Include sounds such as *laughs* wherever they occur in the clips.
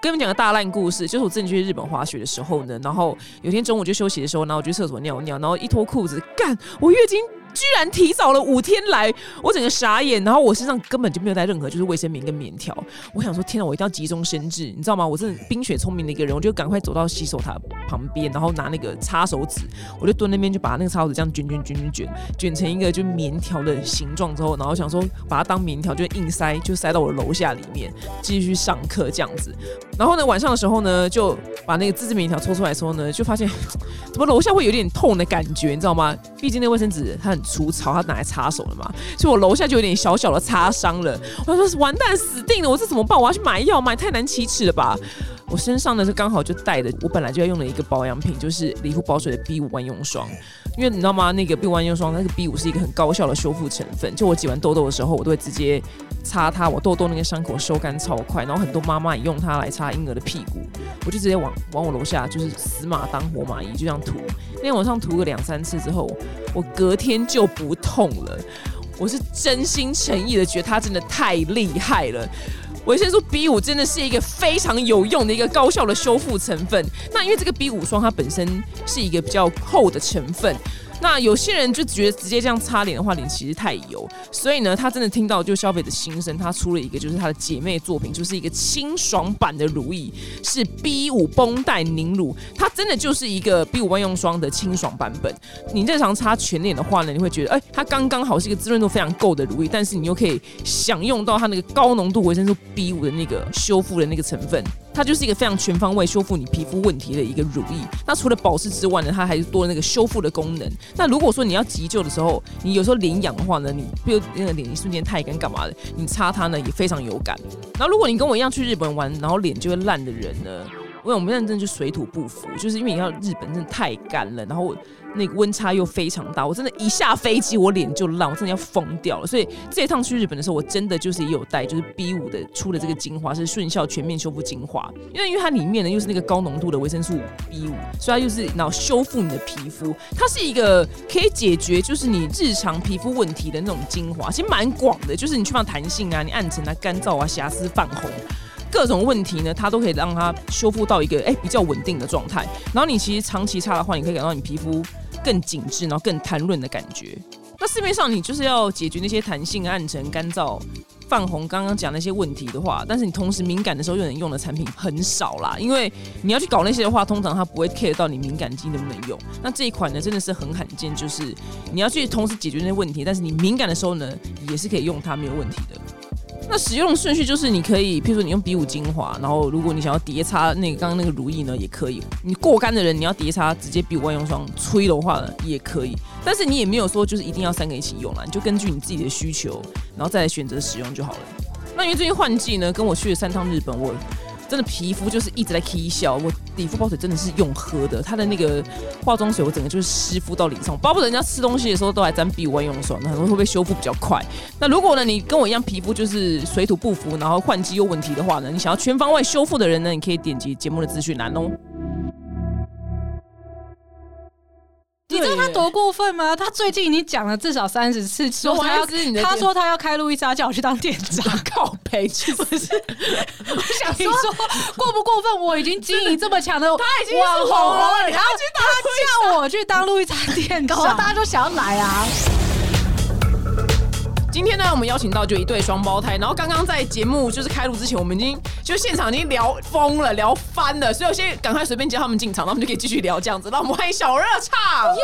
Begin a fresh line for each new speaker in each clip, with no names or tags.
跟你们讲个大烂故事，就是我之前去日本滑雪的时候呢，然后有一天中午就休息的时候，然后我去厕所尿尿，然后一脱裤子，干，我月经居然提早了五天来，我整个傻眼，然后我身上根本就没有带任何就是卫生棉跟棉条，我想说天哪，我一定要急中生智，你知道吗？我真的冰雪聪明的一个人，我就赶快走到洗手塔旁边，然后拿那个擦手纸，我就蹲那边就把那个擦手纸这样卷卷卷卷卷卷成一个就棉条的形状之后，然后想说把它当棉条就硬塞，就塞到我楼下里面继续上课这样子。然后呢，晚上的时候呢，就把那个自制棉条抽出来的时候呢，就发现 *laughs* 怎么楼下会有点痛的感觉，你知道吗？毕竟那卫生纸它很粗糙，它拿来擦手的嘛，所以我楼下就有点小小的擦伤了。我说完蛋，死定了，我这怎么办？我要去买药吗？也太难启齿了吧！我身上呢是刚好就带的，我本来就要用的一个保养品，就是离护保水的 B 五万用霜。因为你知道吗？那个 B 五万用霜，那个 B 五是一个很高效的修复成分。就我挤完痘痘的时候，我都会直接擦它，我痘痘那个伤口收干超快。然后很多妈妈也用它来擦婴儿的屁股，我就直接往往我楼下就是死马当活马医，就这样涂。那天晚上涂个两三次之后，我隔天就不痛了。我是真心诚意的觉得它真的太厉害了。维生素 B 五真的是一个非常有用的一个高效的修复成分。那因为这个 B 五霜它本身是一个比较厚的成分，那有些人就觉得直接这样擦脸的话，脸其实太油。所以呢，他真的听到就消费者心声，他出了一个就是他的姐妹作品，就是一个清爽版的乳液，是 B 五绷带凝乳，它真的就是一个 B 五万用霜的清爽版本。你正常擦全脸的话呢，你会觉得，哎、它刚刚好是一个滋润度非常够的乳液，但是你又可以享用到它那个高浓度维生素 B 五的那个修复的那个成分。它就是一个非常全方位修复你皮肤问题的一个乳液。那除了保湿之外呢，它还是多了那个修复的功能。那如果说你要急救的时候，你有时候脸痒的话呢，你比如那个脸一瞬间太干干嘛的，你擦它呢也非常有感。然后如果你跟我一样去日本玩，然后脸就会烂的人呢，因为我们认真就水土不服，就是因为你要日本真的太干了，然后我那个温差又非常大，我真的一下飞机我脸就烂，我真的要疯掉了。所以这一趟去日本的时候，我真的就是也有带就是 B 五的出的这个精华是顺效全面修复精华，因为因为它里面呢又是那个高浓度的维生素 B 五，所以它就是然后修复你的皮肤，它是一个可以解决就是你日常皮肤问题的那种精华，其实蛮广的，就是你去放弹性啊、你暗沉啊、干燥啊、瑕疵泛红。各种问题呢，它都可以让它修复到一个哎、比较稳定的状态。然后你其实长期擦的话，你可以感到你皮肤更紧致，然后更弹润的感觉。那市面上你就是要解决那些弹性、暗沉、干燥、泛红，刚刚讲那些问题的话，但是你同时敏感的时候又能用的产品很少啦，因为你要去搞那些的话，通常它不会 care 到你敏感肌能不能用。那这一款呢，真的是很罕见，就是你要去同时解决那些问题，但是你敏感的时候呢，也是可以用它没有问题的。那使用顺序就是，你可以，譬如说你用 B 五精华，然后如果你想要叠擦那个刚刚那个乳液呢，也可以。你过干的人，你要叠擦直接 B 五万用霜吹的话呢，也可以。但是你也没有说就是一定要三个一起用啊啦，你就根据你自己的需求，然后再来选择使用就好了。那因为最近换季呢，跟我去了三趟日本，我真的皮肤就是一直在 K 笑，我底肤泡水真的是用喝的，它的那个化妆水我整个就是湿敷到脸上，包括人家吃东西的时候都还沾 B 五万用霜，那会不会修复比较快？那如果呢，你跟我一样皮肤就是水土不服，然后换肌有问题的话呢，你想要全方位修复的人呢，你可以点击节目的资讯栏哦。
你知道他多过分吗？他最近已经讲了至少三十次，说
我
他要
还知你的
他
店
说他要开路易莎，叫我去当店
*laughs*
长。
靠背，去死！ *laughs*
我想说
哎
过不过分？我已经经营这么强的网红，他
已经是网红了你还要去当
他叫我去当路易莎店
搞得
长，
大家都想要来啊！
今天呢，我们邀请到就一对双胞胎，然后刚刚在节目就是开录之前，我们已经就现场已经聊疯了，聊翻了，所以我先赶快随便叫他们进场，然后我们就可以继续聊这样子。让我们欢迎小热唱，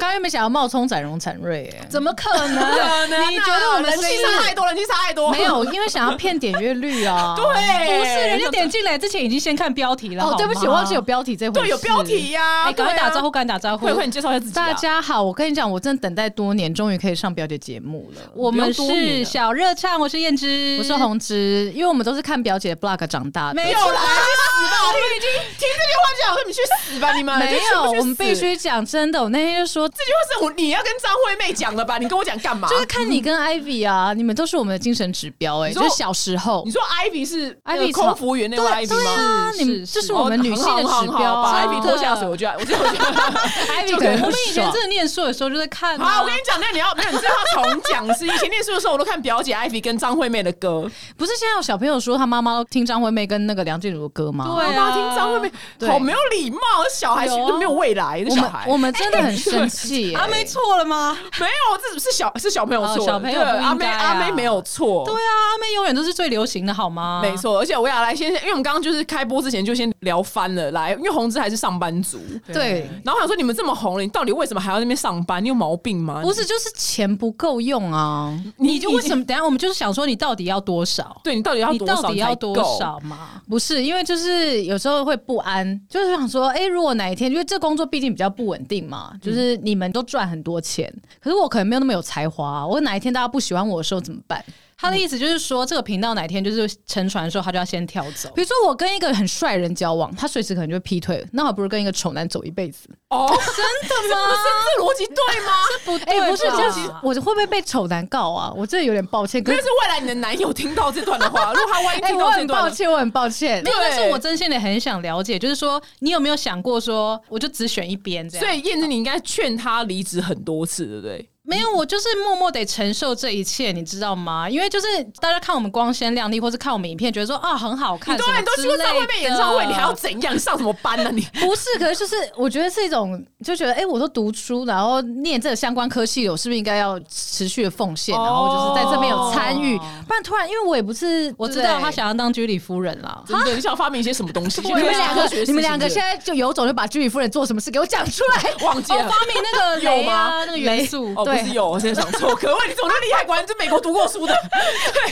刚原本想要冒充展荣展瑞、哎，
*laughs* 怎么可
不 *laughs*
*laughs*
可能啊
你觉得我们
人
声音
气 *laughs* 差太多，人气差太多，
没有，因
*laughs*
为想要骗点阅率 *laughs* 啊。
对，
不是人家点进来之前已经先看标题了？
哦，对不起，
好
我
吗
忘记有标题这回事。
对有标题。呀、
哎，赶快
对啊
打招呼，赶快打招呼
慧。慧，你介绍一下自己、啊。
大家好，我跟你讲，我真的等待多年，终于可以上表姐节目了。
我们
不用多
是
你了
小热唱，我是燕之，
我是红芝，因为我们都是看表姐的 blog 长大的。
没
没
有
有啦，去死吧！我们已经听这句话就想说你去死吧，你们
没
啊
就是
有，
不去死
我们必须讲真的。我那天就说，
这句话是我你要跟张惠妹讲的吧？你跟我讲干嘛？
啊
就是看你跟 Ivy 啊，你们都是我们的精神指标哎、
你说
就是小时候
你，说 Ivy 是那个
Ivy
空服员那位
对
Ivy
对
吗？
啊，
是
你们
是
这
是
是我们女性的
很好
指
很好
标
把
啊。
Ivy 拖下水，我就爱我就觉得
Ivy
就
可能
很
我们以前
爽
真的念书的时候就在看啊
好，我跟你讲，那你要没有，你知道他重讲是以前念书的时候，我都看表姐 Ivy 跟张惠妹的歌，
不是现在有小朋友说他妈妈都听张惠妹跟那个梁静茹的歌吗？
对啊
我妈听张惠妹
对
好没有礼貌，小孩
有啊
都没有未来，这
我
小
们
孩
我们真的很生气、欸
阿妹啊错了吗？
没有，这是小是小朋友
哦
错，
小朋友
对
不应
阿妹
该啊
阿妹没有错，
对啊，阿妹永远都是最流行的好吗？
没，错，而且我要来先，因为我们刚刚就是开播之前就先聊翻了，来，因为红之还是上班族，
对，
然后我想说你们这么红了，你到底为什么还要在那边上班？你有毛病吗？
不，是就是钱不够用啊，
你就为什么？等一下我们就是想说，你到底要多少？
对你到底要
你
多少
到底要多
才够？
少嘛？
不是因为就是有时候会不安，就是想说，哎、如果哪一天，因为这工作毕竟比较不稳定嘛，
嗯
就是你们都赚很多钱，可是我可能没有那么有才华、啊我哪一天大家不喜欢我的时候怎么办？
他的意思就是说，这个频道哪天就是沉船的时候，他就要先跳走
比。如说我跟一个很帅人交往，他随时可能就会劈腿，那我不如跟一个丑男走一辈子？ *laughs*
哦，真 *laughs* 的吗？这逻辑对吗？ *laughs*
不
哎、不是
吧
这样子，我会不会被丑男告啊？我这有点抱歉，可
但
是
是未来你的男友听到这段的话，如果他万一
哎、
听
我
到这
很
段
抱
的，
歉，我很抱歉
没。有，但
对
是我真心的很想了解，就是说，你有没有想过说，我就只选一边这样？
所以燕子你应该劝他离职很多次，对不对？
没有，我就是默默得承受这一切，你知道吗？因为就是大家看我们光鲜亮丽，或是看我们影片，觉得说啊很好看，
你都你都去过张惠妹演唱会，你
*laughs*
还要怎样？你上什么班呢、你
不是，可是就是我觉得是一种，就觉得哎、我都读书，然后念这个相关科系，我是不是应该要持续的奉献，
哦
然后就是在这边有参与，
哦
不然突然因为我也不是，
我知
对
道她想要当居里夫人啦。
真的，你想发明一些什么东西？
你们
啊
两
科学的
个，啊你们
事情
两个
是
现在就有种就把居里夫人做什么事给我讲出
*laughs*
来。
忘记
哦，
了。
发明那个
有
雷
吗
啊，那个元素，
哦，不
对
是有，我现在想错。可问你怎么那么厉害？果然是美国读过书的。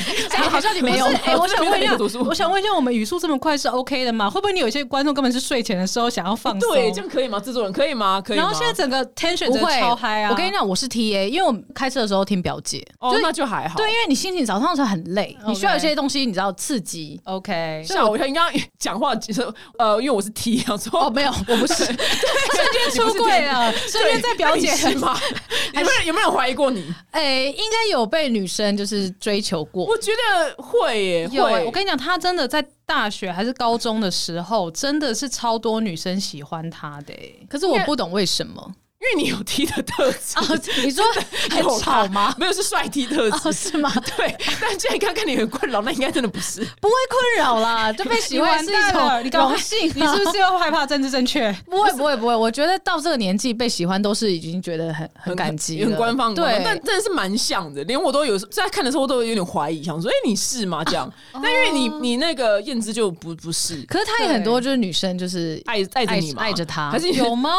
对，
*laughs* 哎好像 *laughs* 你没有
不是
哎、我想问一
没
下
有读，书
我想问一下，我们语速这么快是 OK 的吗？会不会你有一些观众根本是睡前的时候想要放松？
对，这样可以吗？制作人可以吗？可以吗。
然后现在整个 tension
不
真的
会
超嗨啊！
我跟你，讲，我是 T A，因为我开车的时候听表姐，
哦
就，是
那就还好。
对，因为你心情早上的时候很累，
哦
你需要一些东西，你知道刺激。
OK，
吓我一跳！你刚刚讲话其实呃，因为我是 T，想说
哦，没有，我不是，
瞬间
出柜 *laughs* 了，顺便在表姐 *laughs*
是吗？有没有有没有怀疑过你？
*laughs* 哎、应该有被女生就是追求过，
我觉得会耶，
有、
会。
我跟你讲，他真的在大学还是高中的时候，真的是超多女生喜欢他的、欸。
可是我不懂为什么。
因为你有 T 的特质
啊，你说很
*laughs* 有啦
吵吗？
没有是帅 T 特
哦，
质。
是吗？
对，但既然刚刚你很困扰，那应该真的不是。
不会困扰啦，就被喜欢是一种
你搞
荣幸、啊
你
*laughs*
是不是又害怕政治正确？
不会不会不会，我觉得到这个年纪被喜欢都是已经觉得很很感激了，
很官方。
对，
但真的是蛮像的，连我都有时候在看的时候，我都有点怀疑，想说：“哎、你是吗？”这样。但因为你你那个燕姿就不不是
可是他也很多就是女生就是
爱爱着你吗？
爱着他
还是
*laughs* 有吗？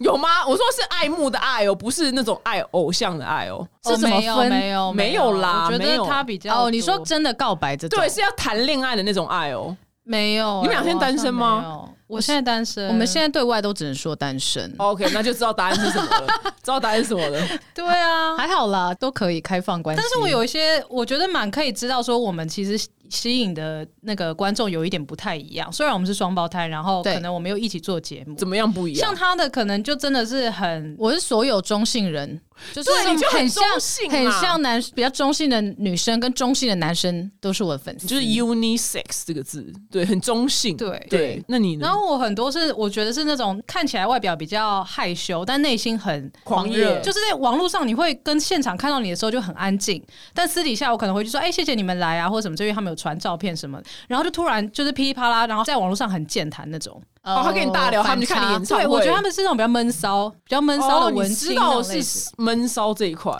有吗？我说是爱慕的爱哦，不是那种爱偶像的爱哦。
是怎么
哦没有
分
没有
没有啦
我觉
没
得
有
他比较
哦，你说
多
真的告白这种，
对，，是要谈恋爱的那种爱哦。
没有，
你们俩现在单身吗
我好像没有？
我现在单身，
我们现在对外都只能说单身，
OK，那就知道答案是什么了，知道答案是什么了。
对啊，
还好啦，都可以开放关系。
但是我有一些，我觉得蛮可以知道，说我们其实吸引的那个观众有一点不太一样。虽然我们是双胞胎，然后
对
可能我们又一起做节目，
怎么样不一样？
像他的可能就真的是很
我是所有中性人，就是
对你就很
很像
中性啊
很像男比较中性的女生跟中性的男生都是我的粉丝，
就是 unisex 这个字，对，很中性。
对
对，那你呢？
然后我很多是我觉得是那种看起来外表比较害羞，但内心很
狂热
就是在网络上你会跟现场看到你的时候就很安静，但私底下我可能会就说哎、谢谢你们来啊或者什么，因为他们有传照片什么的，然后就突然就是噼里啪啦，然后在网络上很健谈那种。
哦他跟你大聊他们去看你演唱会
对，我觉得他们是那种比较闷骚、比较闷骚
哦
的文
你
青
知
那
道
种类型。
是闷骚这一块，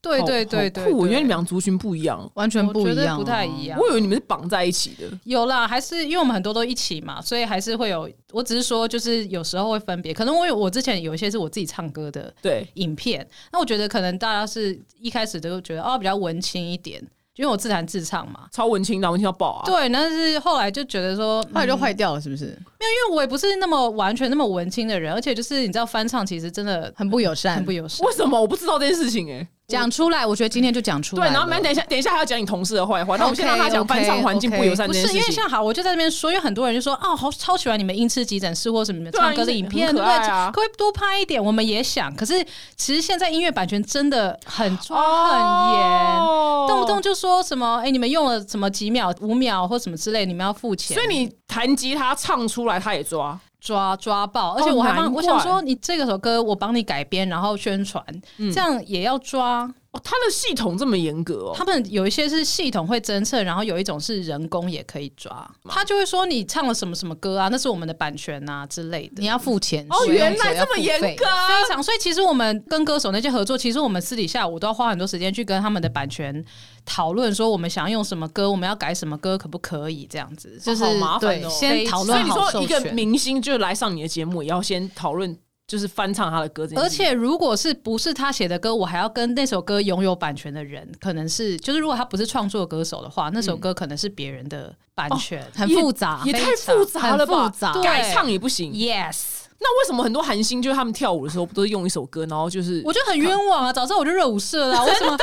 对对
好
对对
好酷！我觉
对
得你们俩族群不一样，啊
完全不
我觉
一
得
样、
不太一。样哦
我。以为你们是绑在一起的。
有啦，还是因为我们很多都一起嘛，所以还是会有。我只是说，就是有时候会分别。可能我有我之前有一些是我自己唱歌的
对，
影片，那我觉得可能大家是一开始都觉得哦比较文青一点，因为我自弹自唱嘛。
超文青的，文青到爆啊！
哦对，但是后来就觉得说，嗯
后来就坏掉了，是不是？
没因为我也不是那么完全那么文青的人，而且就是你知道翻唱其实真的
很不友善
很，不友善。
为什么我不知道这件事情、欸？哎，
讲出来，我觉得今天就讲出
对，
来了。
然后你们等一下，等一下还要讲你同事的坏话，那我们先让他讲
OK，OK，
班上环境不友善
不
这
是
件事
因为
情。
像好，我就在那边说，因为很多人就说哦，好超喜欢你们音痴急诊室或什么你们
对啊
唱歌的影片，
很可
对不
爱
对？
啊
可不可以多拍一点？我们也想，可是其实现在音乐版权真的很抓很严。
哦
动不动就说什么，哎、你们用了什么几秒、五秒或什么之类，你们要付钱，
所以你弹吉他唱出来，他也抓。
抓抓爆。而且我还帮，
哦难怪嗯
我想说，你这个首歌我帮你改编，然后宣传，这样也要抓。
哦，他的系统这么严格哦。
他们有一些是系统会侦测，然后有一种是人工也可以抓，他就会说你唱了什么什么歌啊，那是我们的版权啊之类的
你。要付钱
哦，
使用者
原来
要
这么
付
严
费
格。
非常，所以其实我们跟歌手那些合作，其实我们私底下我都要花很多时间去跟他们的版权讨论，说我们想要用什么歌，我们要改什么歌，可不可以这样子？
就是、
好麻烦哦
对，先讨
所以
论
你
好
说
授
一个
权。
明星就来上你的节目，也要先讨论，就是翻唱他的歌这件
而
事情，
且如果是不是他写的歌，我还要跟那首歌拥有版权的人，可能是就是如果他不是创作歌手的话，那首歌可能是别人的版权。
很
也
复杂，
也太
啊非常
哦复杂了吧？
很复杂。
改唱也不行。
Yes，
那为什么很多韩星就是他们跳舞的时候，不都是用一首歌，然后就是
我觉得很冤枉啊！早知道我就热舞社啦、为
*laughs*
什么？
你们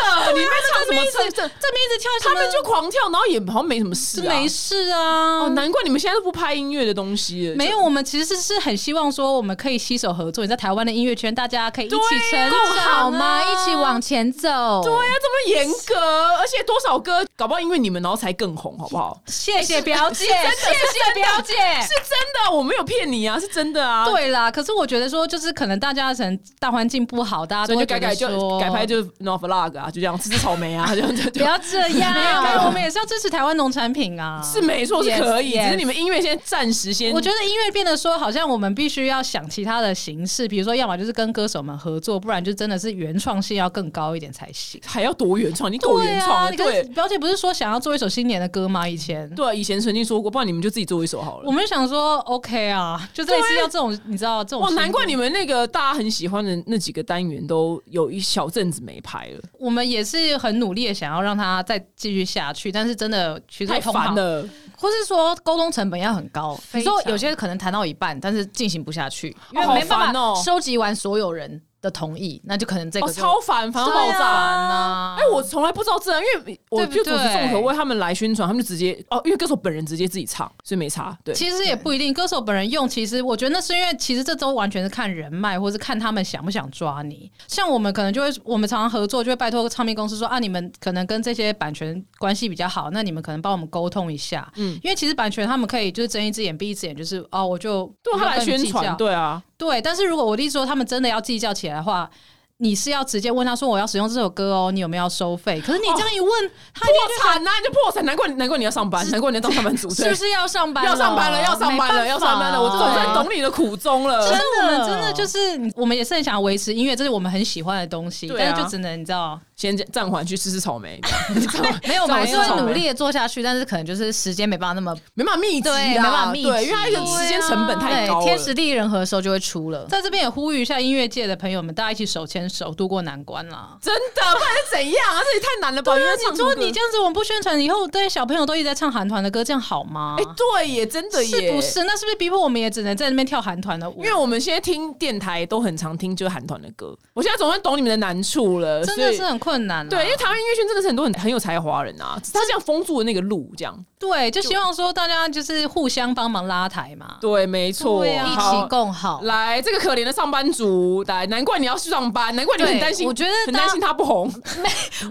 唱什么
这
这
名字
这
这名字跳什
他
么？
们就狂跳，然后也好像没什么
是
事啊
没。事啊。
哦，难怪你们现在都不拍音乐的东西了，
没有，我们其实是很希望说，我们可以携手合作。你在台湾的音乐圈，大家可以一起
对啊
成
够
长、
好吗？一起。往前走。
对呀、这么严格，而且多少歌，搞不好因为你们然后才更红，好不
*laughs*
好？
谢谢表 *laughs* 姐，
真的是
谢表姐。
是真的，我没有骗你啊，是真的啊。，
对啦，可是我觉得说，就是可能大家可能大环境不好，大家
所
都
以
会
就改
觉
改
得
就
说
改拍。就 no vlog 啊，就这样吃吃草莓啊，这样就
*laughs* 不
就。
要这样，但我们也是要支持台湾农产品啊。
是没错，是可以
Yes，
只是你们音乐现在暂时先，
我觉得音乐变得说，好像我们必须要想其他的形式，比如说，要么就是跟歌手们合作，不然就真的是原创性要更高一点才行。
还要多原创，你够
对
原创
啊，
了，
你跟
对
表姐不是说想要做一首新年的歌吗？以前
对啊，以前曾经说过，不然你们就自己做一首好
我
了。
们就想说 OK
*laughs*
啊，就类似要这种，你知道这种
啊哇，
新歌。
难怪你们那个大家很喜欢的那几个单元都有一小阵子没拍了，
我们也是很努力的想要让它再继续下去，但是真的其实
太
同
烦
行。
了。
或是说沟通成本要很高。
非
你说
常
有些可能谈到一半，但是进行不下去，因
好
为没办
烦哦
法收集完所有人的同意，那就可能这
哦，
个就
超烦，烦到爆
对
炸。
啊
哎、我从来不知道这样，因为我
对
就
不
主
对
持综合为他们来宣传，他们就直接哦，因为歌手本人直接自己唱，所以没差。对，嗯
其实也不一定，歌手本人用，其实我觉得那是因为，其实这都完全是看人脉，或是看他们想不想抓你。像我们可能就会，我们常常合作就会拜托唱片公司说啊，你们可能跟这些版权关系比较好，那你们可能帮我们沟通一下。嗯，因为其实版权他们可以就是睁一只眼闭一只眼，就是哦，我就
对啊他
我就
来
跟你
宣
计较
传，对啊，
对，但是如果我的意思说他们真的要计较起来的话，你是要直接问他说我要使用这首歌哦，你有没有要收费？可是你这样一
哦
问，他一
破
定就
产呐、啊你就破产，难怪难怪你要上班，难怪你要当上班族，
是
对
不，是要上班？
要上班了，要上班了，
没办法啊
要上班了，我总算懂你的苦衷
可
了
是。我
真
们
的
真的就是，我们也是很想维持音乐，这是我们很喜欢的东西，
对啊
但是就只能你知道，
先暂缓去吃吃草莓， *laughs*
没有，我们还是
草莓
会努力的做下去，但是可能就是时间没办法那么
啊
没办法密集啦，
对，没办法密集，
对，因为它这个时间成本太高
对
了。
天时地利人和的时候就会出了。
在这边也呼吁一下音乐界的朋友们，大家一起手牵手度过难关啦。
真的，不然是怎样啊？这也太难了吧？原来唱
你
什么
*laughs* 说
歌
你这样子，我们不宣传，以后对小朋友都一直在唱韩团的歌，这样好吗？
啊
哎，对耶，真的耶，
是不是？那是不是逼迫我们也只能在那边跳韩团的
因？
舞
为我们现在听电台都很常听就是韩团的歌，我现在总算懂你们的难处了，
真的是
所以。
很困难啦。啊
对，因为台湾音乐圈真的是很多很很有才华的人啊，只是他这样封住了那个路，这样
对，就希望说大家就是互相帮忙拉抬嘛。
对，没错，
对啊
一
好
起共好，
来这个可怜的上班族，来，难怪你要去上班，难怪你很
对
担心，
我觉得
很
大家
担心他不红，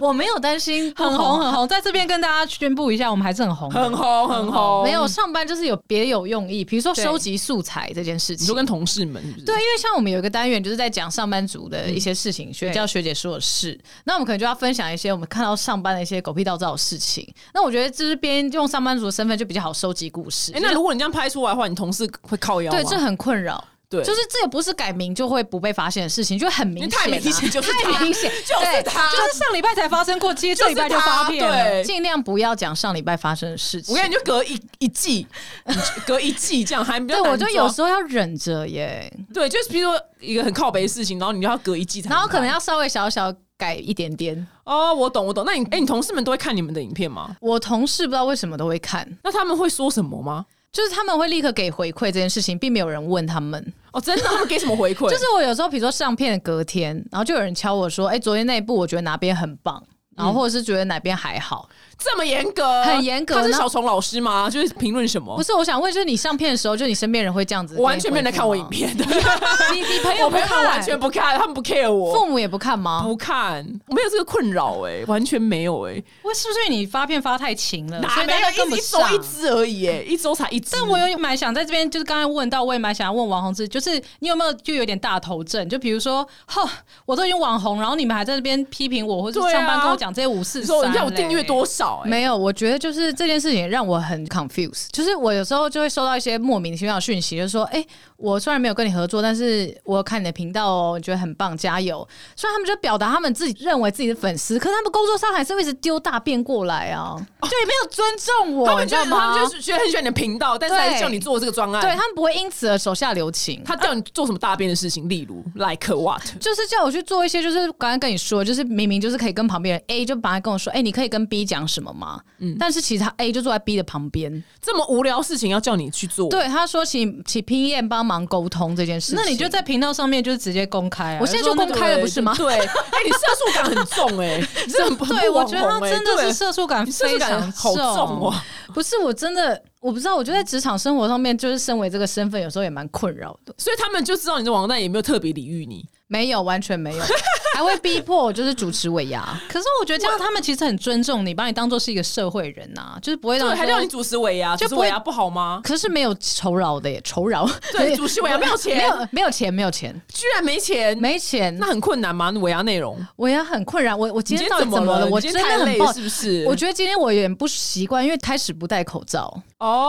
我没有担心不
很红
红
很红，在这边跟大家宣布一下，我们还是很红的。
很红，很红，
没有上班就是有别有用意，比如说
对
收集素材这件事
你
情
说。跟同事们是不是？
对，因为像我们有一个单元就是在讲上班族的一些事情，
嗯
学
对
叫学姐说的事。那我们可能就要分享一些我们看到上班的一些狗屁倒灶的事情。那我觉得就是边用上班族的身份就比较好收集故事。
哎，那如果你这样拍出来的话，你同事会靠腰吗？
对，这很困扰。
对，
就是这个不是改名就会不被发现的事情，就很明
因为
显、啊
太明显，，就是他
太明显，
就是
对
他，
就是上礼拜才发生过，其实这礼拜
就
就是
他
发片了。
对
尽量不要讲上礼拜发生的事
我
情
跟。你就隔一一季， *laughs* 你就隔一季这样还比较
对，
难
我就有
抓
时候要忍着耶，
对，就是比如说一个很靠北的事情，然后你就要隔一季才能
然
看，
后可能要稍微小小改一点点。
哦，我懂我懂。那你哎、你同事们都会看你们的影片吗？
我同事不知道为什么都会看，
那他们会说什么吗？
就是他们会立刻给回馈这件事情，并没有人问他们。
哦，真的，他们给什么回馈？
*laughs* 就是我有时候，比如说上片隔天，然后就有人敲我说：“哎、昨天那一部我觉得哪边很棒，然
嗯
后或者是觉得哪边还好。
这么严格，
很严格
他是
然后
小虫老师吗？就是评论什
不
么？
是，我想问，就是你上片的时候，就你身边人会这样子？
我完全没有人在看我影，片的，
*laughs* 你你朋友
我
不
朋友
看，
完全不看，他们不 care 我，
父母也不看吗？
不看，我没有这个困扰哎、完全没有哎、
我是不是你发片发太勤了，所
哪
以
没
大
有
家跟不
一一周
上
一？只而已哎、一周才一只。
但我有蛮想在这边，就是刚才问到，我也蛮想要问王宏志，就是你有没有就有点大头症？就比如说，吼，我都已经网红，然后你们还在这边批评我，或者
对啊
上班跟我讲这些五四
你
三
说
嘞，
你看我订
欸
阅多少哎、
没有，我觉得就是这件事情让我很 confused，就是我有时候就会收到一些莫名其妙的讯息，就是说，哎、我虽然没有跟你合作，但是我有看你的频道哦，觉得很棒，加油。虽然他们就表达他们自己认为自己的粉丝，可是他们工作上还是会一直丢大便过来啊，就也没有尊重我，
哦他们
哦你
就
知道
他
吗？
们就是觉得很喜欢你的频道，但是还是叫你做这个专案。
对他们不会因此而手下留情。
他叫你做什么大便的事情，例如 like what，
就是叫我去做一些，就是刚刚跟你说，就是明明就是可以跟旁边人 A 就本来跟我说，哎、你可以跟 B 讲什么吗？
嗯
但是其实他 A 就坐在 B 的旁边，
这么无聊的事情要叫你去做，
对，他说请请拼燕帮忙沟通这件事情。
那你就在频道上面就是直接公开啊！
我现在就
说那
公
个
开了不是吗
对，哎，你社畜感很重哎，你真的很
*laughs*
不
对，我觉得他
很不网红哎
真的
对
是社畜感
你社畜
非
感
常
好重哦。
不是我真的我不知道，我觉得在职场生活上面，就是身为这个身份，有时候也蛮困扰的。
所以他们就知道你是王，但也没有特别礼遇你。
没有，完全没有， *laughs* 还会逼迫我就是主持尾牙。
可是我觉得这样，他们其实很尊重你，把你当做是一个社会人
啊
呐、就是不会让
对，
你
还
说
叫你主持尾牙，主
就
持
不
尾
会
牙不好吗？
可是没有酬劳的耶，酬劳
*laughs* 对，主持尾牙没有
没
钱，
有没有钱，没有钱，
居然没钱，
没钱
那。很困难吗？尾牙内容，
我也很困扰，我我今
你今
天到
天
底
怎
怎么
了？
了？
你
我
今
真
天
的
太
很
累
抱
了，是不是？
我觉得今天我有点不习惯，因为开始不戴口罩，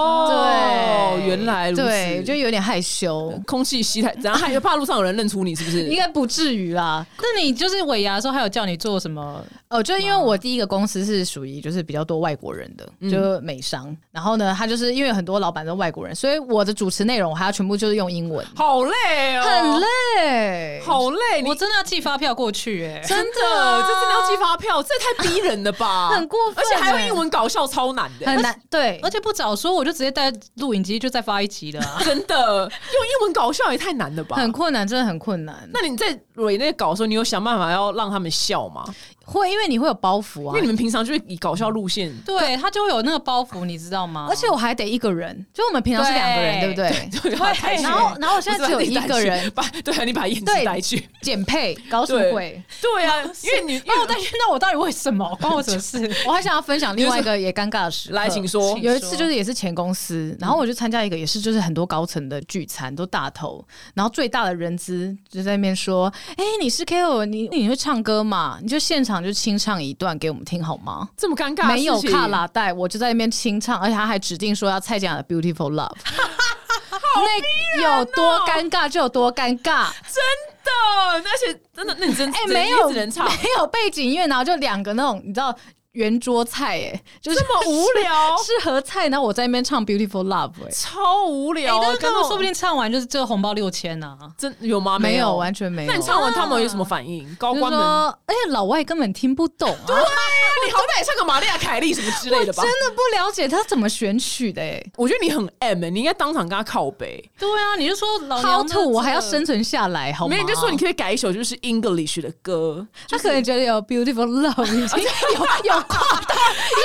哦，
对
原来如此，
对，就有点害羞，
空气吸太，怎样害怕路上有人认出你是不是？
*laughs* 应该不至于啦。
那你就是尾牙的时候，还有叫你做什么？
哦，就是因为我第一个公司是属于就是比较多外国人的，
嗯
就美商。然后呢，他就是因为很多老板都外国人，所以我的主持内容我还要全部就是用英文，
好累哦，
很，累。
好累，你
我真的要寄发票过去哎、
真的，这真的要寄发票，这也太逼人了吧！
啊 *laughs* 很过分
而且还要
欸
英文搞笑，超难的、
很难，对
而，且不早说，我就直接带录影机就再发一集了、啊。
*laughs* 真的用英文搞笑也太难了吧？
*laughs* 很困难，真的很困难。
那你在委内搞的时候，你有想办法要让他们笑吗？
会因为你会有包袱
因
啊
为你，们平常就是以搞笑路线， *laughs*
对他就会有那个包袱，你知道吗？
而且我还得一个人，就我们平常是两个人，对
对
不对？
对吧？带去
然后，然后我现在只有
不是
一
把你带
个
去
人，
*laughs* 把对，啊你把燕子
对
带去，
减配，搞什么鬼？
对啊，因为你因
那
哦
为
我带去，那我到底为什
*laughs*
么？关我什么事？
我还想要分享另外一个也尴尬的时刻，
来，请说，
请嗯
有一次就是也是前公司，然后我就参加一个也是就是很多高层的聚餐，都大头，然后最大的人资就在那边说：“哎、你是 KOL，你你会唱歌嘛？你就现场就清唱一段给我们听好吗
这么尴？”尬，
没有卡，拉带，我就在那边清唱，而且他还指定说要蔡健雅的《Beautiful Love》。那
哦
有多尴尬就有多尴尬，
真的，而且真的，那你真
哎、
哎
没有
只能唱，
没有背景音乐，然后就两个那种你知道圆桌菜、哎，就是
这么
*laughs*
无聊，
是合菜，然后我在那边唱《Beautiful Love、哎。
*laughs* 超无
哎、
聊啊，
但是
跟
他
那
们
种
说不定唱完就是这个红包六千呢、啊。
真有吗？
没有，
有，
完全没有。啊
那你唱完他们有什么反应？高
就是
官们，那
说，而且老外根本听不懂啊，
你好歹也唱个玛丽亚凯莉什么之类
我
的吧？
真的不了解他怎么选曲的、欸。
我觉得你很 M，、欸、你应该当场跟他靠背。
对啊，你就说老娘
好
的
土，我还要
这
生存下来，好吗？
没有，你就说你可以改一首就是 English 的歌，
他可能觉得有 beautiful love 已经有有跨到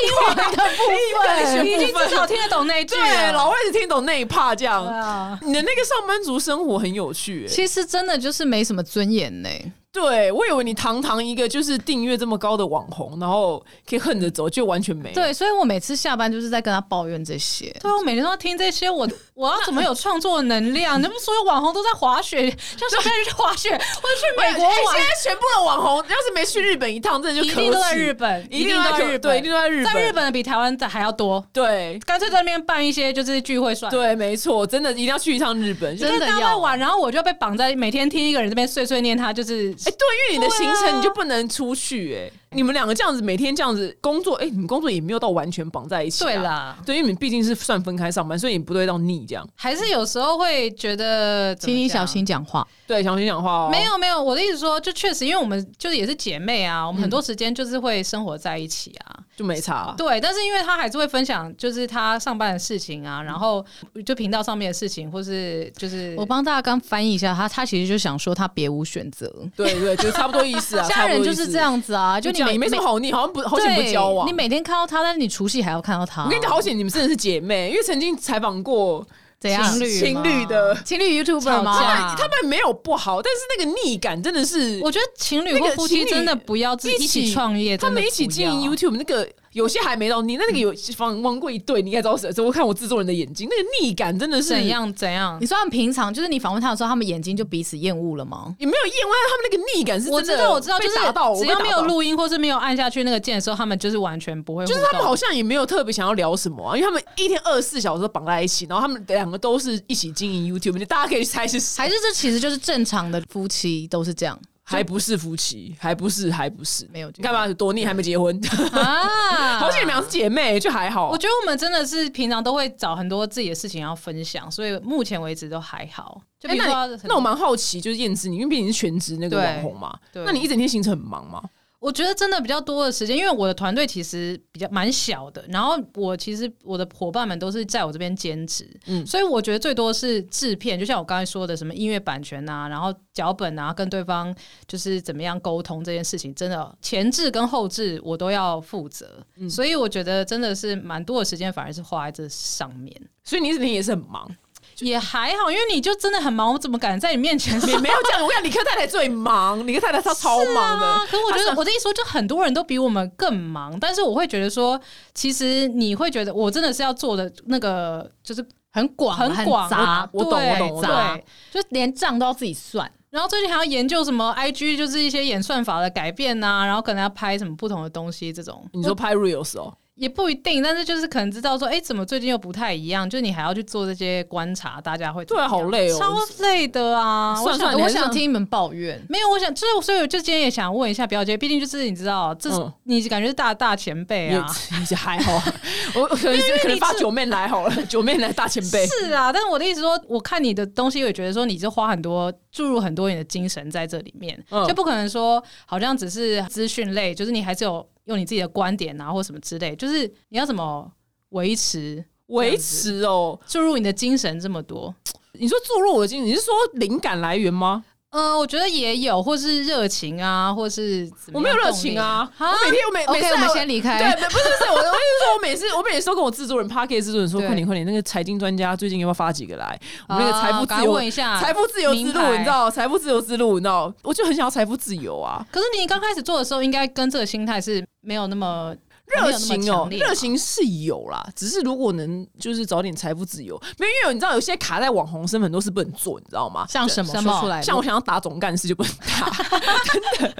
英文的部
English
分，
的
你已经至少听得懂那一句
对，
了。
老外只听懂那一 part 这样。
啊
你的那个上班族生活很有趣、欸，
其实真的就是没什么尊严呢、
对我以为你堂堂一个就是订阅这么高的网红，然后可以横着走，就完全没有。
对，所以我每次下班就是在跟他抱怨这些。
对啊，我每天都要听这些，我 *laughs* 我要怎么有创作能量？那不所有网红都在滑雪，像小人去滑雪，或者去
哎，
美国
哎
玩
现，在全部的网红，要是没去日本一趟，真的就
一
可
定都在
耻
日本，
一定
都
在
在
日
日
对，
本，
一定都在日本，
在日本的比台湾的还要多。
对。
干脆在那边办一些就是聚会算了。
对，没错，真的一定要去一趟日本。就
就是
真的
大家
要
玩，然后我就被绑在每天听一个人这边碎碎念他，就是
哎、对，因为你的行
对
程
啊
你就不能出去、哎、你们两个这样子每天这样子工作，哎、你们工作也没有到完全绑在一起、啊
对，啊啦，
对，因为你们毕竟是算分开上班，所以你不对到腻这样。
还是有时候会觉得，怎么
*laughs* 请你
讲
小心讲话。
对，小心讲话哦。
没有没有，我的意思说，就确实，因为我们就是也是姐妹啊，我们很多时间就是会生活在一起啊。
就没差。
对，但是因为她还是会分享，就是她上班的事情
嗯
啊，然后就频道上面的事情，或是就是
我帮大家刚翻译一下，他他其实就想说他别无选择，
对对，就差不多意思啊。
*laughs* 家人就
差不多意
是
思
这，样子啊，就
就
你
这样
每
也没什么好腻，好像不好险
对，
不
啊
交往。
你每天看到他，但是你除夕还要看到他。
我跟你讲，好险你们真的是姐妹，因为曾经采访过
怎样
情侣吗
情侣的，
情侣 YouTuber
吵
吗
架？
他们没有不好，但是那个腻感真的是，
我觉得情侣
那
或
个
夫妻
情侣
真的不要自己
一
一
起
起创业，
他
真的
们一起
不
经
要
营 YouTube 那个。有些还没到腻，那那个有访问过一对，你应该知道谁。我看我制作人的眼睛，那个腻感真的是
怎样怎样
你。说他们平常就是你访问他的时候，他们眼睛就彼此厌恶了吗？
也没有厌恶，但是他们那个腻感是
我
真
知
的
道，我知道，
被
就是
打到我
只
被
要
打
没有
到
录音或是没有按下去那个键的时候，他们就是完全不会互
就
动。
是他
*laughs*
们好像也没有特别想要聊什么啊，因为他们一天二十四小时都绑在一起，然后他们两个都是一起经营 YouTube，就大家可以猜是谁，
还是这其实就是正常的夫妻都是这样？
还不是夫妻，还不是，还不是，
没有
你干嘛多腻还没结婚，
啊，
好险你们俩是姐妹，就还好
我。觉得我们真的是平常都会找很多自己的事情要分享，所以目前为止都还好。就
哎
比如
那
说
你
很多，
那我蛮好奇，就是燕之你，因为毕竟你是全职那个
对
网红嘛，
对
那你一整天行程很忙吗？
我觉得真的比较多的时间，因为我的团队其实比较蛮小的，然后我其实我的伙伴们都是在我这边兼职，
嗯
所以我觉得最多是制片，就像我刚才说的，什么音乐版权啊，然后脚本啊，跟对方就是怎么样沟通这件事情，真的前置跟后置我都要负责，
嗯
所以我觉得真的是蛮多的时间反而是花在这上面。
所以你一整天也是很忙，
也还好，因为你就真的很忙，我怎么敢在你面前
你
*laughs*
没有这样。我跟你讲，理科太太最忙，理科太太她超忙
啊？
的。
可我觉得我的意思说，就很多人都比我们更忙，但是我会觉得说，其实你会觉得我真的是要做的那个就是
很广，
很广，
杂，
我懂我懂我懂
对。
就连账都要自己算。
然后最近还要研究什么 IG，就是一些演算法的改变呐、然后可能要拍什么不同的东西，这种
你说拍 reels 哦，
也不一定，但是就是可能知道说，哎、怎么最近又不太一样？就你还要去做这些观察，大家会怎
对
么
啊，
样
好累哦。
超累的啊！我
算
想
算你
我
还是
想
让
听你们抱怨，
没有，我想就是，所以我就今天也想问一下表姐，毕竟就是你知道，这、
嗯
你感觉是大大前辈啊，
也也还好啊，我我可能可能发九妹来好了，九妹来大前辈。
是啊。但是我的意思说，我看你的东西，我也觉得说你是花很多注入很多你的精神在这里面，
嗯
就不可能说好像只是资讯类，就是你还是有用你自己的观点啊，或什么之类，就是你要怎么维持
维持哦，
注入你的精神这么多。
你说注入我的精神，你是说灵感来源吗？
嗯、我觉得也有，或是热情啊，或是怎么
我没有
样
热
动力
情啊，
哈
我每天我每
OK，
每次
我们先离开
哎
对，不是不是，我我就是说我每次我每次都跟我制作人 Park 制作人说，
对
快点快点，那个财经专家最近要不要发几个来？我们那个
啊
财富
赶
自
快问
由。
一下
财富自由之
名
路，
牌
你知道？财富自由之路，你知道？我就很想要财富自由啊！
可是你刚开始做的时候，应该跟这个心态是没有那么
热情哦，热。
没有那么强烈吧
情是有啦，只是如果能就是早点财富自由，没有，因为你知道有些卡在网红身份很多事不能做，你知道吗？
像什么
什么
说出来？
像我想要打总干事就不能打， *laughs* 真的。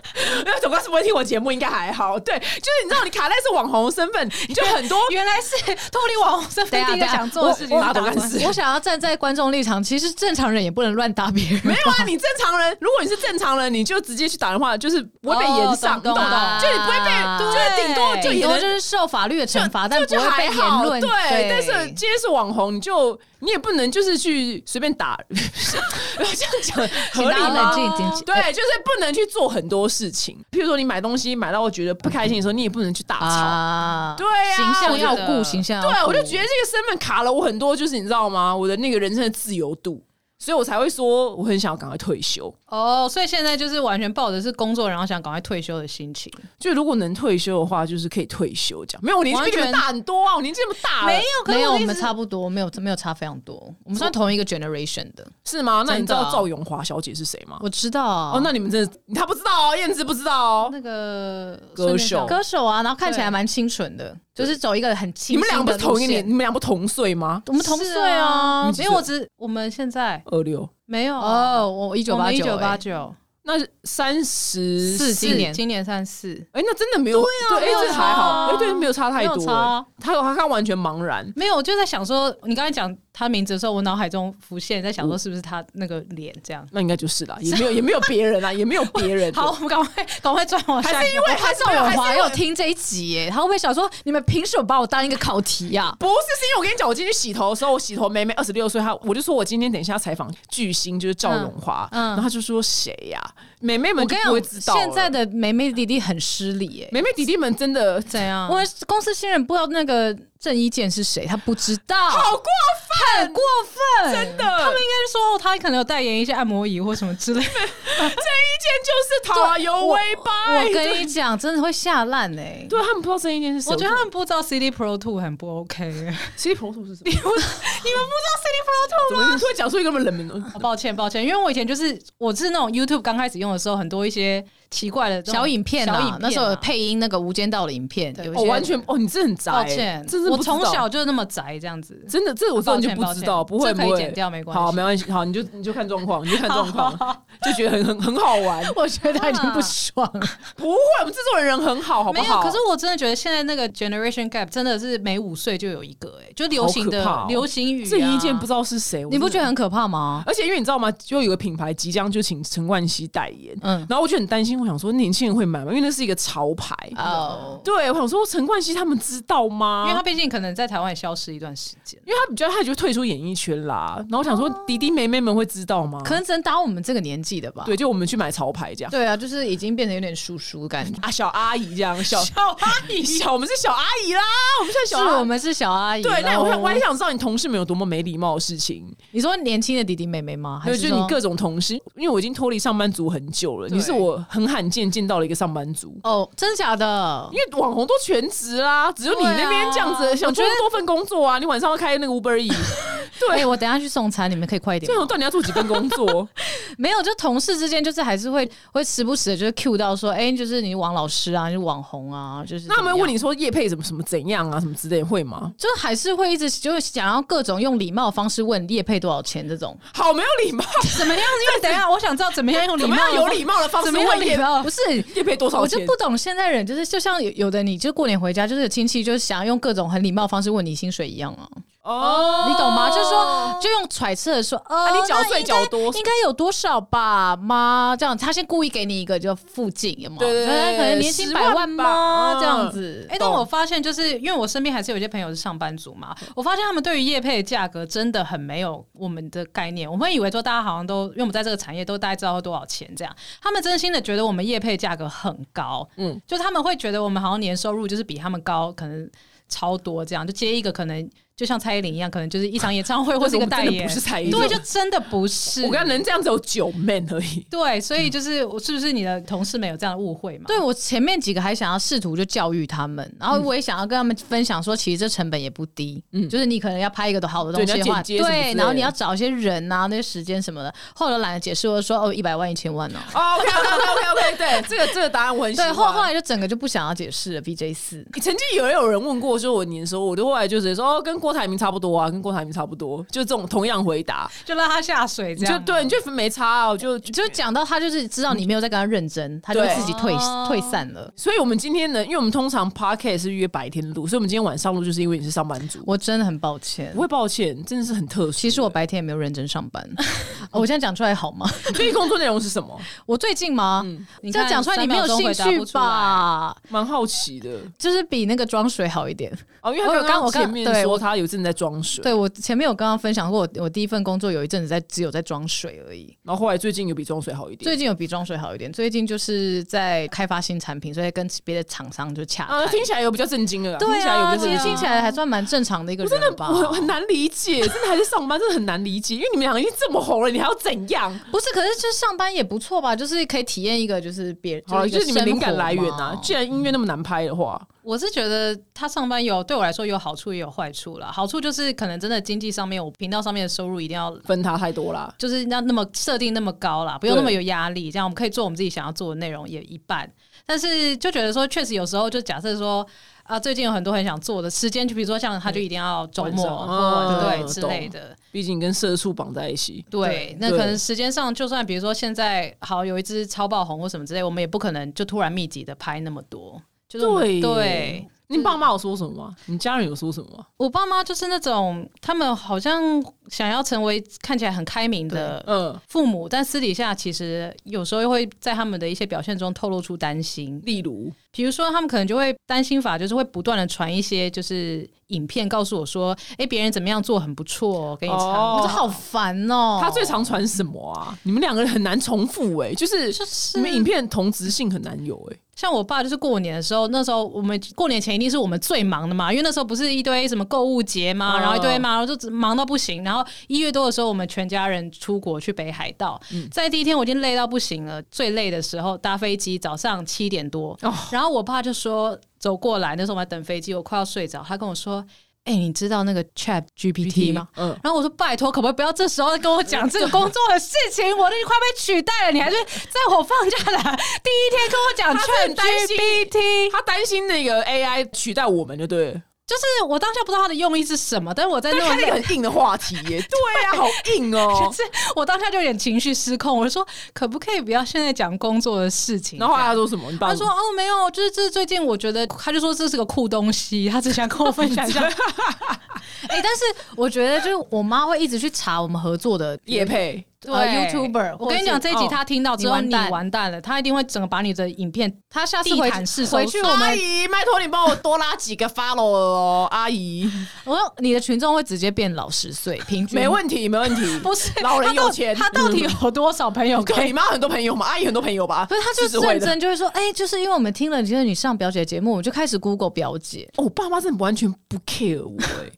那总干事不会听我节目，应该还好。对，就是你知道，你卡在是网红身份，你就很多
*laughs*
啊
原来是脱离网红身份
等一
第一个
下等一下
想做的事情，
我我打算
啊我想要站在观众立场，其实正常人也不能乱打别人。
没有啊。你正常人，如果你是正常人，你就直接去打电话，就是不会被延上，
哦
你懂
懂
不懂
懂？
就是你不会被，
对
就是顶多就
顶多
也能。
就是受法律的惩罚，但不
就
会
还
被言
好，
论。
对，但是今天是网红，你就你也不能就是去随便打， *laughs* 这样讲合
请
理
大家
吗
冷？静一点。
对，就是不能去做很多事情，譬如说你买东西买到我觉得不开心的时候，你也不能去大吵，
啊，
对呀、
形
我
象
觉
要
得
顾，形象要
对，我就
顾
觉得这个身份卡了我很多，就是你知道吗？我的那个人生的自由度，所以我才会说我很想要赶快退休。
哦，所以现在就是完全抱着是工作，然后想赶快退休的心情。
就如果能退休的话，就是可以退休这样。没有，我年纪比你
完全
们大很多啊，我年纪那么大了，
有
没有，我们差不多，没有没有差非常多，我们算同一个 generation 的。哦
是吗？那你知
真的
道
啊
赵永华小姐是谁吗？
我知道啊，
哦，那你们真的，他不知道哦，燕子不知道哦。
那个
歌
顺便讲
手
歌手啊，然后看起
对
来蛮清纯的，就是走一个很清。
你们俩不是同一年，你，们俩不同岁吗？
我们同岁
是啊
啊
你。几
因
岁
为我只我们现在
二六，
没有
哦，我一
一
九八九，
一九八九，
那那三十四
四今年今年三四，
哎、那真的没有对
没
哎、
有
这还
差
好，
啊
哎、对，没有差太
没有
多、
差啊
哎他有他他完全茫然，
没有，我就在想说，你刚才讲他名字的时候，我脑海中浮现在想说是不是他那个脸这样。
那应该就是
*laughs*
啦，也没有也没有别人啊啦，也没有别人。
好，我们赶快赶快转往下一个。
潘少永
哎
华有听这一集耶，他会不会想说你们凭什么把我当一个考题啊呀、
不是，是因为我跟你讲，我今天去洗头的时候，我洗头妹妹二十六岁，她我就说我今天等一下采访巨星就是赵荣华，
嗯嗯
然后她就说谁呀、妹妹
我
们就
跟
不会
你
知道
讲，
了
现在的梅梅弟弟很失礼耶。
妹妹弟弟们真的
怎样？
我们公司新人不知道那个郑伊健是谁，他不知道，
好过分，
很过分，
真的，
他
他
们应该说哦他可能有代言一些按摩椅或什么之类的。
这一件就是塔油威吧？
我跟你讲，真的会吓烂哎。
*laughs* 对他们不知道这一件是谁，
*laughs* 我觉得他们不知道 CD Pro Two 很不 OK。你 *laughs* 们
C 婆图是什么？
不知道 CD Pro Two
怎么你突然讲出一个那么冷门的？
哦抱歉，抱歉，因为我以前就是我是那种 YouTube 刚开始用的时候，很多一些奇怪的这种
小影片
小
啊，
影片啊
那时候有配音那个《无间道》的影片，
对
有一
我、
些
完全哦，你真的很宅、
抱歉，
真的
我
不知道
从小就那么宅这样子。
真的，这我知道你就不知道，不
抱歉抱歉
会
这
不
可以
会
剪掉没关系
好，没关系，好，你就你就看状况，你就看状况，就觉得很很很好
*laughs*
玩。
我觉得他已经不爽了。
不会，我们制作人人很好，好不
没有，
好？
可是我真的觉得现在那个 generation gap 真的是每五岁就有一个、
欸
哎，就流行的、
好可怕哦
流行语、啊。
郑伊健不知道是谁，我
你不
真的
觉得？很可怕吗？
而且因为你知道吗？就有个品牌即将就请陈冠希代言，
嗯，
然后我就很担心，我想说年轻人会买吗？因为那是一个潮牌。
哦，
对，我想说陈冠希他们知道吗？
因为他毕竟可能在台湾也消失一段时间。
因为他比较，他就退出演艺圈啦。然后我想说，弟弟妹妹们会知道吗？
*laughs* 哦可能只能打我们这个年纪的吧。
对，就我们去买潮牌这样。
对啊，就是已经变得有点叔叔感觉。
啊，小阿姨这样，小
小阿姨
*laughs* 小，我们是小阿姨啦，我们现在
是
小阿
我们哦是小阿姨喽。
对，那我还我还想知道你同事们有多么没礼貌的事情，
你说年轻的弟弟妹妹吗？还
没有，
是
就是你
说
各种同事，因为我已经脱离上班族很久了，
对
你是我很罕见见到了一个上班族。
哦，真的假的 *laughs*
因？为网红都全职啦，只有你
对啊
那边这样子，想
我觉
做
得
多份工作啊，你晚上要开那个 Uber E，
哎、
对，
我等一下去送餐，你们可以快一点
这
吗。
种到底要做几份工
*laughs*
作？
没有，就同事之间就是还是会会时不时的，就是 Q 到说，哎、就是你王老师啊，你是网红啊，就是
那他们
怎么样
问，你说叶配怎么什么怎样啊，什么之类会吗？
就还是会一直就是想要各种用礼貌的方式问叶配多少钱这种，
好没有礼貌，
*laughs* 怎么样？因为等一 *laughs*
啊
下，我想知道怎么样用礼
怎
貌
么
的
样
方，
有礼貌的方式
怎么样
问
礼
叶
貌
*laughs* 不是。
叶配多少
我
钱
就？不懂现在人，就是就像有有的你，就过年回家，就是有亲戚，就是想要用各种很礼貌的方式问你薪水一样啊，
哦
你懂吗？就是
哦
说，就用揣测的说，呃，
啊你缴
那
税
应
缴
该
多少
应该有多少吧？妈，这样他先故意给你一个就附近，有吗？
对对对
哦可能年薪
10
百万
万吧
吗？
嗯
这样子，
哎、但我发现就是因为我身边还是有一些朋友是上班族嘛，
嗯
我发现他们对于业配的价格真的很没有我们的概念。我们以为说大家好像都因为我们在这个产业都大概知道多少钱这样，他们真心的觉得我们业配价格很高，
嗯
嗯，就他们会觉得我们好像年收入就是比他们高，可能超多这样，就接一个可能就像蔡依林一样，可能就是
*laughs*
一场演唱会或是一个代
但是我们真的
言，
不是才艺，
对，就真的不是
嗯我。跟他嗯能这样子有九 man 而已。
对，所以就是我是不是你的同事们有这样的误会嘛？
对我前面几个还想要试图就教育他们，然后我也想要跟他们分享说，其实这成本也不低，
嗯
就是你可能要拍一个好的
对
东
你要
西的话，
剪接
对
什么之类的
然后你要找一些人啊，那些时间什么的，后来懒得解释，我就说哦，一百万一千万 *laughs* 哦。
哦，OK OK OK OK，对， *laughs* 这个这个答案我很喜
对，
欢。
后后来就整个就不想要解释了。B J 四，
*laughs* 曾经有有人问过，说我年收入，我就后来就直接说，哦，跟郭台铭差不多啊，跟郭台铭差不多，就这种同样回答，
就让他下水这
你
样
就
吗，
对，你就没差啊，我就就
就。讲到他就是知道你没有在跟他认真，他就会
对
自己退
哦
退散了。
所以，我们今天呢，因为我们通常 podcast 是约白天录，所以我们今天晚上录，就是因为你是上班族。
我真的很抱歉
不，会抱歉，真的是很特殊。
其实我白天也没有认真上班。
*laughs*
哦我现在讲出来好吗？
最近欸工作内容是什么？
我最近吗？
嗯你
这样
看
讲出来
三
你没
秒
有
钟
兴
回答不
趣
出来？
吧？
蛮好奇的
就是比那个装水好一点。
哦，因为
我
他刚
有刚
刚
我刚
前面
对
说
我
他有一阵在装水，
对我前面有刚刚分享过，我我第一份工作有一阵子在只有在装水而已。
然后后来最近有比装水好一点。
最近有比装水好一点，最近就是在开发新产品，所以跟别的厂商就洽谈。
啊，听起来有比较震惊了啊，听
对
起来有
啊，
比较
其
震
实
惊
听起来还算蛮正常的一个人吧。
嗯我很难理解，真的还是上班，真的很难理解，因为你们两个已经这么红了，你还要怎样？
不是，可是就上班也不错吧，就是可以体验一个就是别
好了，
就
就是是你们灵感来源
啊
啊。。既然音乐那么难拍的话，
我是觉得他上班有对我来说有好处也有坏处啦。好处就是可能真的经济上面，我频道上面的收入一定要
分它太多啦。
就是要那么设定那么高啦，不用那么
对
有压力，这样我们可以做我们自己想要做的内容也一半。但是就觉得说，确实有时候就假设说，啊，最近有很多很想做的时间，就比如说像他就一定要周末
晚上
或
啊
对之
懂
类的。
毕竟跟社畜绑在一起。
对，那
对
可能嗯时间上，就算比如说现在好有一只超爆红或什么之类，我们也不可能就突然密集的拍那么多。就是我们
对
对，
你爸妈有说什么吗？你家人有说什么吗？
我爸妈就是那种他们好像想要成为看起来很开明的
嗯，
父母，但私底下其实有时候又会在他们的一些表现中透露出担心。
例如，
比如说，他们可能就会担心法，就是会不断的传一些就是影片告诉我说，哎，别人怎么样做很不错、哦，给你尝。
哦
我这好烦哦。
他最常传什么啊？你们两个人很难重复哎、就是
就是
你们影片同质性很难有哎、
像我爸就是过年的时候，那时候我们过年前一定是我们最忙的嘛，因为那时候不是一堆什么购物节嘛，
嗯
哦
然后一堆嘛，然后就只忙到不行。然后一月多的时候，我们全家人出国去北海道，
嗯
在第一天我已经累到不行了，最累的时候搭飞机早上七点多，
哦
然后我爸就说走过来，那时候我还等飞机，我快要睡着，他跟我说：“哎、你知道那个 Chat GPT 吗？”
嗯，
然后我说：“拜托，可不可以不要这时候跟我讲这个工作的事情？我都已经快被 *laughs* 取代了，你还是在我放假的第一天跟我讲
他是很
Chat
担心
GPT？
他担心那个 AI 取代我们，就对了。
就是我当下不知道他的用意是什么，但是我在那
对，
种
开了一个
累
很硬的话题耶。对呀、好硬哦
*laughs* 就。是我当下就有点情绪失控。我就说：可不可以不要现在讲工作的事情？
然后后来他说什么？你爸
他说：“哦，没有，就是这最近我觉得，他就说这是个酷东西，他只想跟我分享一下。
*laughs* 哎、但是我觉得就是我妈会一直去查我们合作的
叶配，
呃 YouTuber，
我跟你讲，这一
或者
集
是哦
他听到之
你
后，
完
你
蛋
完蛋了，他一定会整个把你的影片
她下次
地
回
毯式搜
回去我
阿
们，
姨，拜托你帮我多拉几个 follow 哦，阿
*laughs*
姨，
我说你的群众会直接变老十岁，平均
没问题，没问
*laughs*
题。
不是
老人
他到
有钱
他 *laughs* 到底
嗯
有多少朋友可
对，
以
你？妈很多朋友嘛，阿姨很多朋友吧？
不是，她
四十
就
岁
认
的
真就会说，哎、就是因为我们听了就是你上表姐节目，我就开始 Google 表姐，
哦，我爸妈真的完全不 care 我
*laughs*
哎，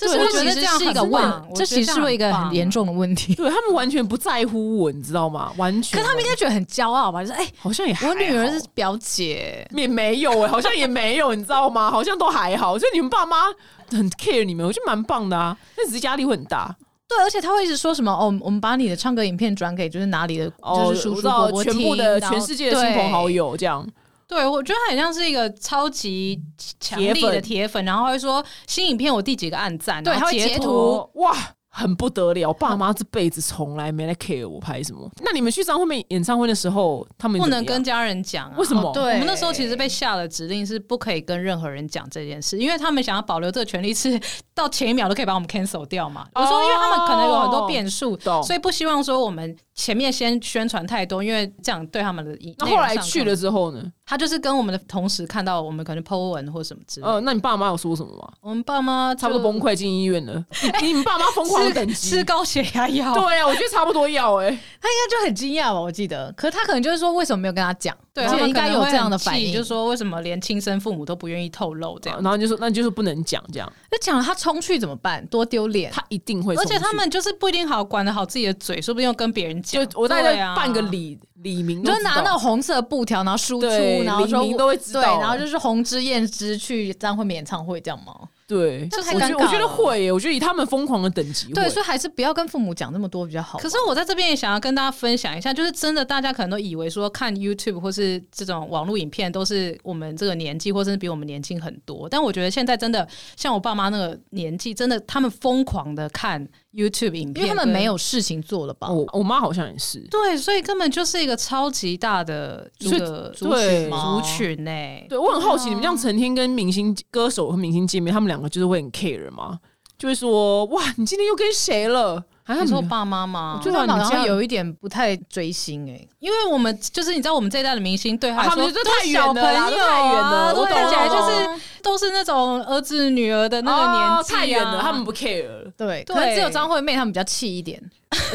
这
对
是
我
不
觉得
其实
这样
是一
很
个
棒
问，
我
这
觉
其
得
实
这
是
样
一个
很
很
棒
严重的问题。
对他们完全不在乎我，你知道吗？完全。
可他们应该觉得很骄傲吧？就是哎、
好像也还好
*laughs* 我女儿是表姐，
也没有哎、好像也没有，你知道吗？好像都还好，就你们爸妈很 care 你们，我觉得蛮棒的啊。但只是压力会很大，
对，而且她会一直说什么哦，我们把你的唱歌影片转给就是哪里的，
哦，
就是叔
我
叔
知道
伯伯
全部
听
的
然后
全世界的亲朋好
对
友这样。
*laughs* 对，我觉得很像是一个超级强
铁
力的
粉
铁粉，然后会说新影片我第几个按赞，
对
然
他
后
会
截
截
图
图。
哦哇，很不得了！爸妈这辈子从来没来 care 我拍什么。那你们去张惠妹演唱会的时候，他们
不
怎么
能
样
跟家人讲、啊，
为什么
哦对
我们那时候其实被下了指令，是不可以跟任何人讲这件事，因为他们想要保留这个权利，是到前一秒都可以把我们 cancel 掉嘛。
哦
我说，因为他们可能有很多变数，
懂
所以不希望说我们前面先宣传太多，因为这样对他们的影。
那
内容
后来
上
去
可能
了，之后呢？
他就是跟我们的同时看到我们可能 po 文或什么之类的。
呃，那你爸妈有说什么吗？
我们爸妈就哎
差不多崩溃进医院
*laughs*
了。你们爸妈疯狂的等
吃
级
吃。高血压药，
对啊，我觉得差不多要哎、
她应该就很惊讶吧？我记得，可是她可能就是说，为什么没有跟她讲？
对，
我
他
记得
们
应该
可能
有
会
这样的
很
反
气
应，
就说为什么连亲生父母都不愿意透露这样
然。后你就说，那你就是不能讲这样，
那讲了她冲去怎么办？多丢脸！
他一定会。
而且他。们就是不一定好管得好自己的嘴，说不定又跟别人
就
讲。
我大概
对啊
半个李李明
你
都
就
知道，
拿那种红色的布条，然后输出，
对
然后说
黎明都会知道
对，然后就是红之燕之去张惠妹演唱会这样吗？
对，
那太
我觉
尴
得
尬
我觉得
了
会耶，我觉得以他们疯狂的等级会，
对，所以还是不要跟父母讲那么多比较好。
可是我在这边也想要跟大家分享一下，就是真的，大家可能都以为说看 YouTube 或是这种网络影片都是我们这个年纪，或甚至比我们年轻很多。但我觉得现在真的像我爸妈那个年纪，真的他们疯狂的看 YouTube 影片，
因为他们没有事情做了吧？
我我妈好像也是，
跟对，所以根本就是一个超级大的一个
所以对
族群欸呢、
对我很好
哦
奇，你们这样成天跟明星、歌手和明星见面，他们两个就是会很 care 吗？就会说哇，你今天又跟谁了？啊还
你
是
说
你
爸妈吗？
就
他们
你
好
这样
像有一点不太追星哎、
因为我们就是你知道，我们这一代的明星对
啊
来
他们
说
就
都
太
是
远
小
了
朋
啦都
友
太远了
啊，
我
都
懂
看起来就
我
是都是那种儿子女儿的那个年纪、啊
哦太远了，他们。不 care 了。
对，
对
可能只有张惠妹他们比较气一点，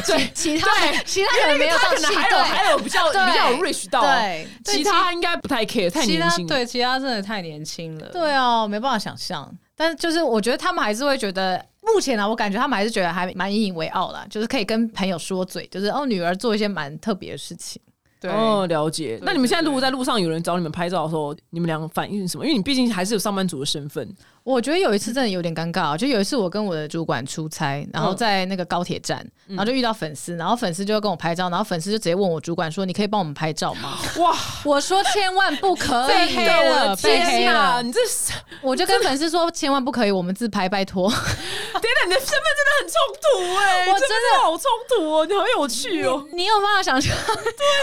对，
其他
对
其他人没有
他
到
可
气
能还有
对
还有比较
对
比较有 reach 到，
对
其他应该不太 care，太
其
年
他
轻了。
对其他真的太年轻了，
对哦，没办法想象。但是就是我觉得他们还是会觉得，目前啊呢，我感觉他们还是觉得还蛮引以为傲啦，就是可以跟朋友说嘴，就是哦，女儿做一些蛮特别的事情。
对，
哦，了解。那你们现在
对
如果在路上有人找你们拍照的时候，你们俩反应是什么？因为你毕竟还是有上班族的身份，
我觉得有一次真的有点尴尬，哦就有一次我跟我的主管出差，然
嗯
后在那个高铁站，然后就遇到粉丝，然后粉丝就跟我拍照，然后粉丝就直接问我主管说：“你可以帮我们拍照
*laughs*
吗
哇，？”
我说：“千万不可
被
以，
黑了，我的
*laughs* 被哦黑
天哪！
了。
你这是，”
我就跟粉丝说：“千万不可以，我们自拍，拜托。 *laughs*
等等，你的身份真的很冲突哎，
我
真的好冲突哦，你好有趣哦”。
你有办法想象， *laughs* 啊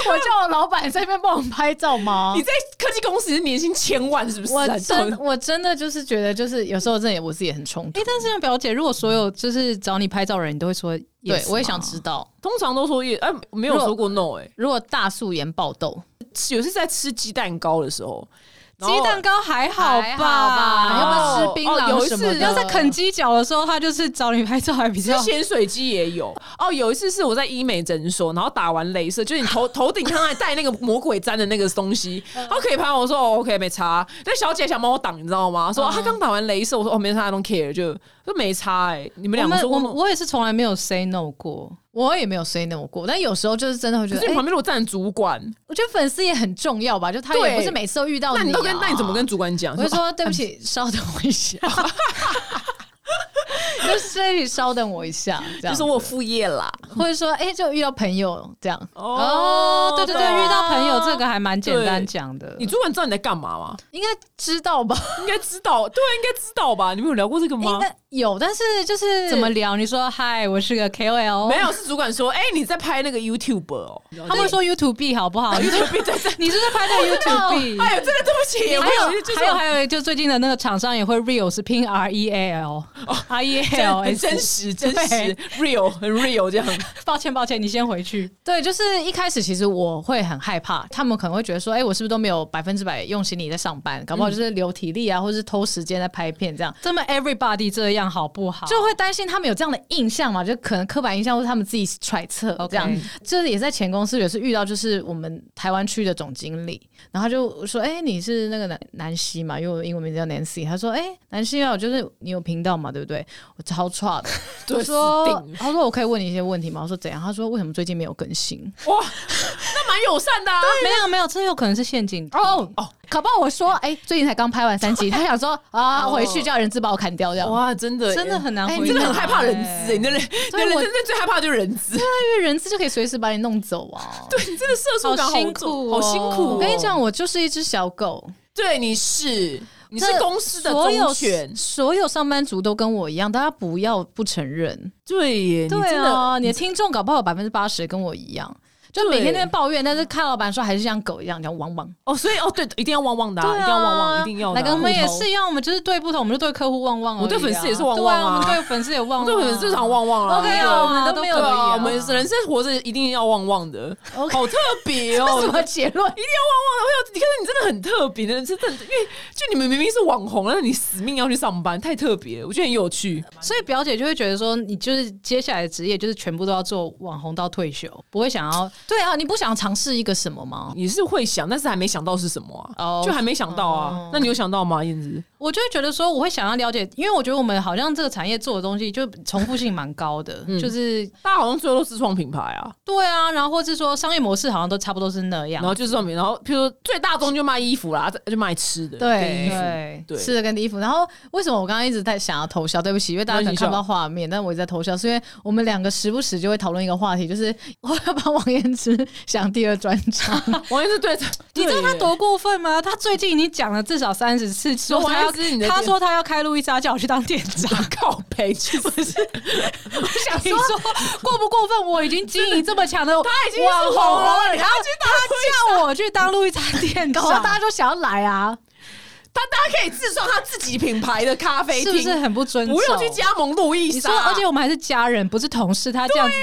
我叫我老板在那边帮我们拍照吗
你？在科技公司年薪千万是不是啊？
我
到底
真我真的就是觉得，就是有时候真的我自己也很冲
哎、
突。
但是像表姐，如果所有就是找你拍照的人，你都会说 yes
对，我也
吗
想知道，
通常都说也哎、没有说过 no 哎、
如果大素颜爆痘，
有一次在吃鸡蛋糕的时候，然后
鸡蛋糕还好吧？
还好吧
然后
要不要吃槟榔
哦有一
什
次
么的
要在啃鸡脚的时候，他就是找你拍照还比较
吃咸水鸡也有哦，有一次是我在医美诊所，然后打完镭射，就是你 *laughs* 头头顶上还带那个魔鬼粘的那个东西，然后可以拍我说、哦、OK 没差，那小姐想帮我挡，你知道吗？说、啊她刚打完镭射，我说哦没差，I don't care，就说没差哎、你们
我
两个
们
说
我
过
们
no？
我也是从来没有 say no 过，
我也没有 say no 过，但有时候就是真的会觉
可
得，
是你
哎
旁边如果站主管，
我觉得粉丝也很重要吧，就他
对
也不是每次都遇到
那你
啊
都跟那嗯你怎么跟？主管讲？
我就说对不起，稍等我一下， *laughs* 就是对不起，稍等我一下，这
就
样
是，我副业啦。
或者说哎，就遇到朋友这样，
哦，对对对，
啊
遇到朋友这个还蛮简单讲的。
*laughs* 你主管知道你在干嘛吗？
应该知道吧？ *laughs*
应该知道，对啊，应该知道吧？你们有聊过这个吗
应？该有，但是就是
怎么聊？你说嗨，我是个 KOL，
没，有，是主管说，哎、你在拍那个 YouTube 哦。
他们说 YouTube 好不 *laughs* 好？YouTube 你是不是拍到 YouTube？
哎呦，真的对不起，我
还有
就是
还有还有，就最近的那个厂商也会 real 是拼 R E A L，R E A
真
L，
很哦真实，真实，real，很 real 这样。
抱歉抱歉，你先回去。
对，就是一开始其实我会很害怕，他们可能会觉得说，哎、我是不是都没有百分之百用心你在上班，搞不好
嗯
就是留体力啊，或者是偷时间在拍片这样。
这么 everybody 这样好不好？
就会担心他们有这样的印象嘛，就可能刻板印象或是他们自己揣测
OK
这样。这也是在前公司有一次遇到，就是我们台湾区的总经理，然后他就说：“哎、你是那个南南希嘛？因为我英文名字叫 Nancy。”他说：“哎、南希啊，就是你有频道嘛，对不对？我超
*laughs*
差的。
对
我说
死：“定
他说我可以问你一些问题吗？”我说：“怎样？”他说：“为什么最近没有更新
哇，那蛮友善的啊。
没有没有，这有可能是陷阱？”题
哦
哦
哦，搞不好我说：“哎、最近才刚拍完三集。”他想说：“啊，
哦
回去叫人质把我砍掉这样。”
哇，真的，
真的很难
哎
回答、
你真的很害怕人
哎
资，你的人，你的
以
人
我
真的最害怕的就是人资。
啊因为人质就可以随时把你弄走啊。
对，你真的社畜感
好辛
重
苦
好
哦
辛苦哦。
我跟你讲，我就是一只小狗。
对，你是你是
这
公司的
所
忠
有
犬，
所有上班族都跟我一样，大家不要不承认。
对耶，你
对
真的
啊，你的听众搞不好有百分之八十跟我一样，就每天在那边抱怨，但是看老板说还是像狗一样叫汪汪。
哦，所以哦，对，一定要旺旺的啊，
对啊
一定要旺旺，一定要的啊。
来跟
我们也
户头
是一样，我们就是对不同，我们就对客户旺旺而已啊、
我对粉丝也是旺旺
对
啊
啊，我们对粉丝也旺旺、啊，
这很正常旺旺啦。
OK 啊
对
我们都没有
对
而已
啊，
啊
我们人生活着一定要旺旺的，好
OK
特别 *laughs* 哦，
这什么结论？
一定要旺旺的。我有，你看你真的很特别的，真的，因为就你们明明是网红，但是你死命要去上班，太特别了，我觉得很有趣。
所以表姐就会觉得说，你就是接下来的职业就是全部都要做网红到退休，不会想要
对啊，你不想尝试一个什么吗？
也是会想，但是还没想到是什么啊，
哦
就还没想到啊
哦。
那你有想到吗，燕子？
我就会觉得说，我会想要了解，因为我觉得我们好像这个产业做的东西就重复性蛮高的，
嗯
就是
大家好像最后都自创品牌啊，
对啊，然后或是说商业模式好像都差不多是那样
然，后就是创品，然后譬如说最大宗就卖衣服啦， *laughs* 再就卖吃的，
对
跟衣服，
对。
对，
吃的跟衣服，然后为什么我刚刚一直在想要偷笑？对不起，因为大家可能看不到画面，但我一直在偷笑，是因为我们两个时不时就会讨论一个话题，就是 *laughs* 我要帮王彦之想第二专
*laughs*
场。
*laughs* 王燕是对，
你知道他
对耶
多过分吗？他最近已经讲了至少三十次，说
王
他
安
要
之你的
他
店
说他要开路易莎，叫我去当店长。
*laughs* 靠背，其实
我想说过不过分？我已经经营这么强的网红，
他已经是红了，你还要去打
他叫我去当路易莎店
搞不好
长，
大家都想要来啊！
他大家可以自创他自己品牌的咖啡
是
厅，
不是很不尊重？
不用去加盟路易
你
莎
说，
啊？
而且我们还是家人，不是同事，他这样子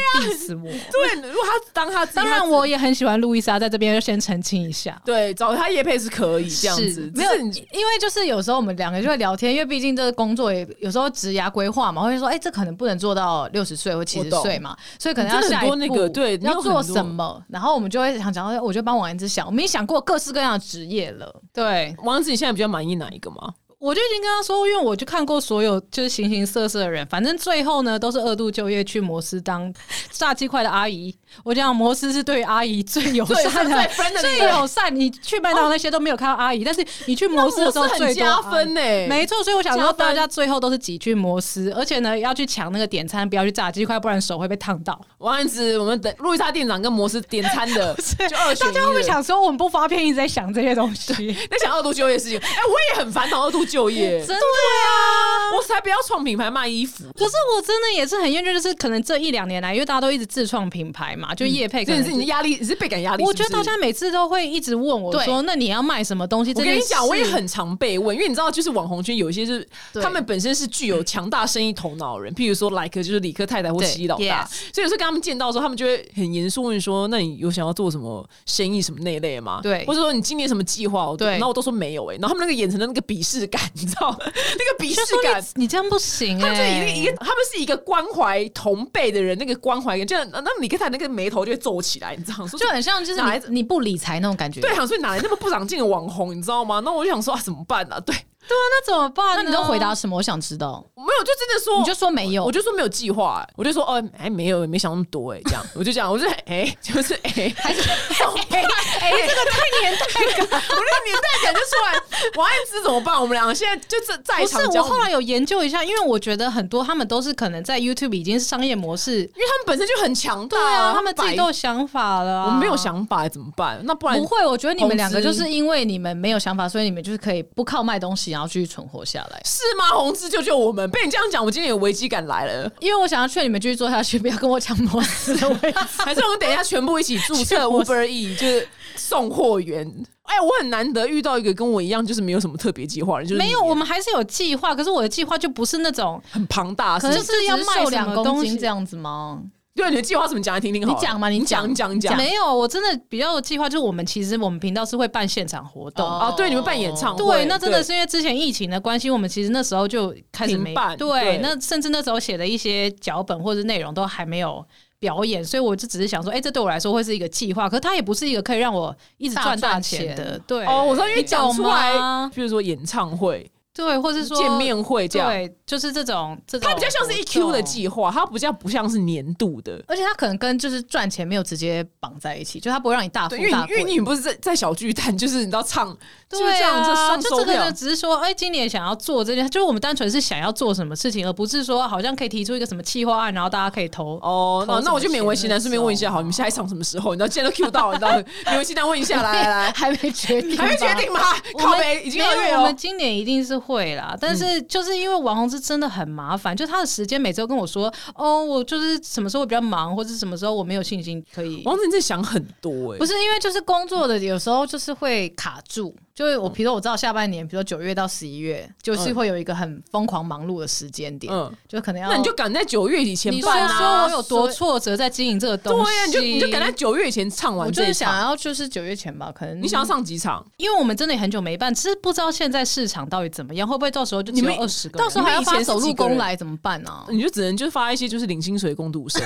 diss 我。
对，如果他当他自己
当
他
然，
自
我也很喜欢路易莎，在这边就先澄清一下。
对找他叶配是可以这样子
是，
只
没有，
是
因
你
为就是有时候我们两个就会聊天，因为毕竟这个工作也有时候职涯规划嘛，会说，哎、这可能不能做到六十岁或七十岁
哦
嘛，所以可能要
你真的
下一步
很多那个对你有
要做
很多
什么，然后我们就会想讲，我就帮王安之想，我们已经想过各式各样的职业了，
对，
王子，你现在比较满意哪一个吗？
我就已经跟他说，因为我就看过所有就是形形色色的人，反正最后呢都是二度就业去摩斯当炸鸡块的阿姨，我讲摩斯是对于阿姨最友善的
最，friendly 哦
最友善。你去麦当劳那些都没有看到阿姨，但是你去摩斯的时候
很
最多
加
阿姨
分欸呢、
没错，所以我想
加
说，
分
大家最后都是几句摩斯，而且呢，要去抢那个点餐，不要去炸鸡块，不然手会被烫到。
王安子，我们等路易莎店长跟摩斯点餐的， *laughs* 就二选
大
一
*laughs* 家会不会
了
想说，我们不发片一直在想这些东西？ *laughs*
在想二度就业的事情？哎、我也很烦恼二度就业，
真的啊！
我才不要创品牌卖衣服。
可是我真的也是很厌倦，就是可能这一两年来，因为大家都一直自创品牌嘛，就业配可
这
能
也
就是
你的压力，你是倍感压力。
我
是
觉
不
得
是
大家每次都会一直问我
对
说：“那你要卖什么东西？”
我跟
这
你
件事
讲，我也很常被问，因为你知道，就是网红圈有一些是
对
他们本身是具
嗯
有强大生意头脑的人，譬如说莱克就是理科太太或
对
西老大，所以有时候跟他们见到的时候，他们就会很严肃问说：“那你有想要做什么生意什么那一类的吗？
对
或者说你今年什么计划？”我都
对
然后我都说没有哎、然后他们那个眼神的那个鄙视感，你知道，那个鄙
就
视
说
感。
你你这样不行、欸，
他们就是一个一个，他们是一个关怀同辈的人，那个关怀感，就像那理科太太那个眉头就会皱起来，你知道，说
就很像就是
哪来的
你你不理财那种感觉。
对，想说哪来那么不长进的网红，你知道吗？那我就想说啊，怎么办呢、啊？对，
那怎么办
那
呢？
你都回答什么？我想知道。
我没有，就真的说，
你就说没有，
我就说没有啊计划、我就说哦，哎、没有，没想那么多、哎，这样，我就这样，我就哎、就是哎，还是哎哎，这个太年代感，我那个年代感就出来。王安之怎么办？我们两个现在就在在
不
场
是，我
讲
后来有研究一下，因为我觉得很多他们都是可能在 YouTube 已经是商业模式，
因为他们本身就很强大、
对啊，他们自己都
白
有想法了、啊。
我们没有，想法、怎么办？那不然
不会，我觉得你们两个
投
就
资
是因为你们没有想法，所以你们就是可以不靠卖东西，然后继续存活下来。
是吗？红之救救我们！被你这样讲，我今天有危机感来
*laughs*
了。
因为我想要劝你们继续做下去，不要跟我抢摩斯的位置。
还是我们等一下全部一起注册
*laughs*
Uber E，就是送货员。哎、我很难得遇到一个跟我一样，就是没有什么特别计划的人，就是
没有，
你
我们还是有计划，可是我的计划就不是那种，
很庞大的事情，
可能是要
只
卖
瘦
什
两
么
公
东
斤
西
这。样子吗？
对你的计划怎么讲来听听好了？
你讲嘛你
你讲
讲
讲讲
没有，我真的比较有计划，就是我们其实我们频道是会办现场活动，
哦
啊！对，你们办演唱会，
哦对，那真的是因为之前疫情的关系，我们其实那时候就开始没
停办对
对，那甚至那时候写的一些脚本或者内容都还没有表演，所以我就只是想说，哎、这对我来说会是一个计划，可是它也不是一个可以让我一直
大
赚大
赚
钱
钱
的，对，
对哦，我知道，因为
你
讲
懂
出来，
吗
比如说演唱会、
对，或是说
见，面会这样，
对，就是这种这种，
它比较像是 EQ 的。计划，它比较不像是年度的。
而且他可能跟就是赚钱没有直接绑在一 *laughs* 起，就他不会让你大富
对，因为
大
你因为
贵。
你不是在在小巨蛋，就是你知道唱，就是
对
这样，这
啊，
上
就
售
这个
票
呢，，只是说，哎、今年想要做这件，就是我们单纯是想要做什么事情，而不是说好像可以提出一个什么企划案，然后大家可以投
哦，那
投
那我就
什么
勉为
钱啊
其难，
那
顺便问一下，
种
好，你们下一场什么时候？你知道，既然都 Q 到，你知
*laughs*
道，勉为其难问一下，来来来，
啊还没决 *laughs* 定吧，
还没决定吗？
我
靠
们
北已经
没
二月哦嗯
有，我
了
们。今年一定是会啦。但是就是因为王宏志真的很麻烦，就他的时间每周跟我说，哦，我就是什么时候比较忙，或者什么时候我没有信心可以。
王子，你在想很多哎
不，是因为就是工作的，有时候就是会卡住。就是我，比如说我知道下半年，比如说九月到十一月，就是会有一个很疯狂忙碌的时间点，
嗯，
就可能要
那你就赶在九月以前
你虽
办
然说
啊
我。有多挫折在经营这个
对
东西，
呀，你就你就赶在九月以前唱
我
完
就
这一
是想
场。
要就是九月前吧，可能
你想要上几场？
因为我们真的也很久没办，只是不知道现在市场到底怎么样，会不会到时候就只
你
有
们
二十个人？
到时候还要
你们以前是
发走
几
路
个人
工来怎么办啊呢、
你就只能就发一些就是领薪水的工
*laughs*
读生，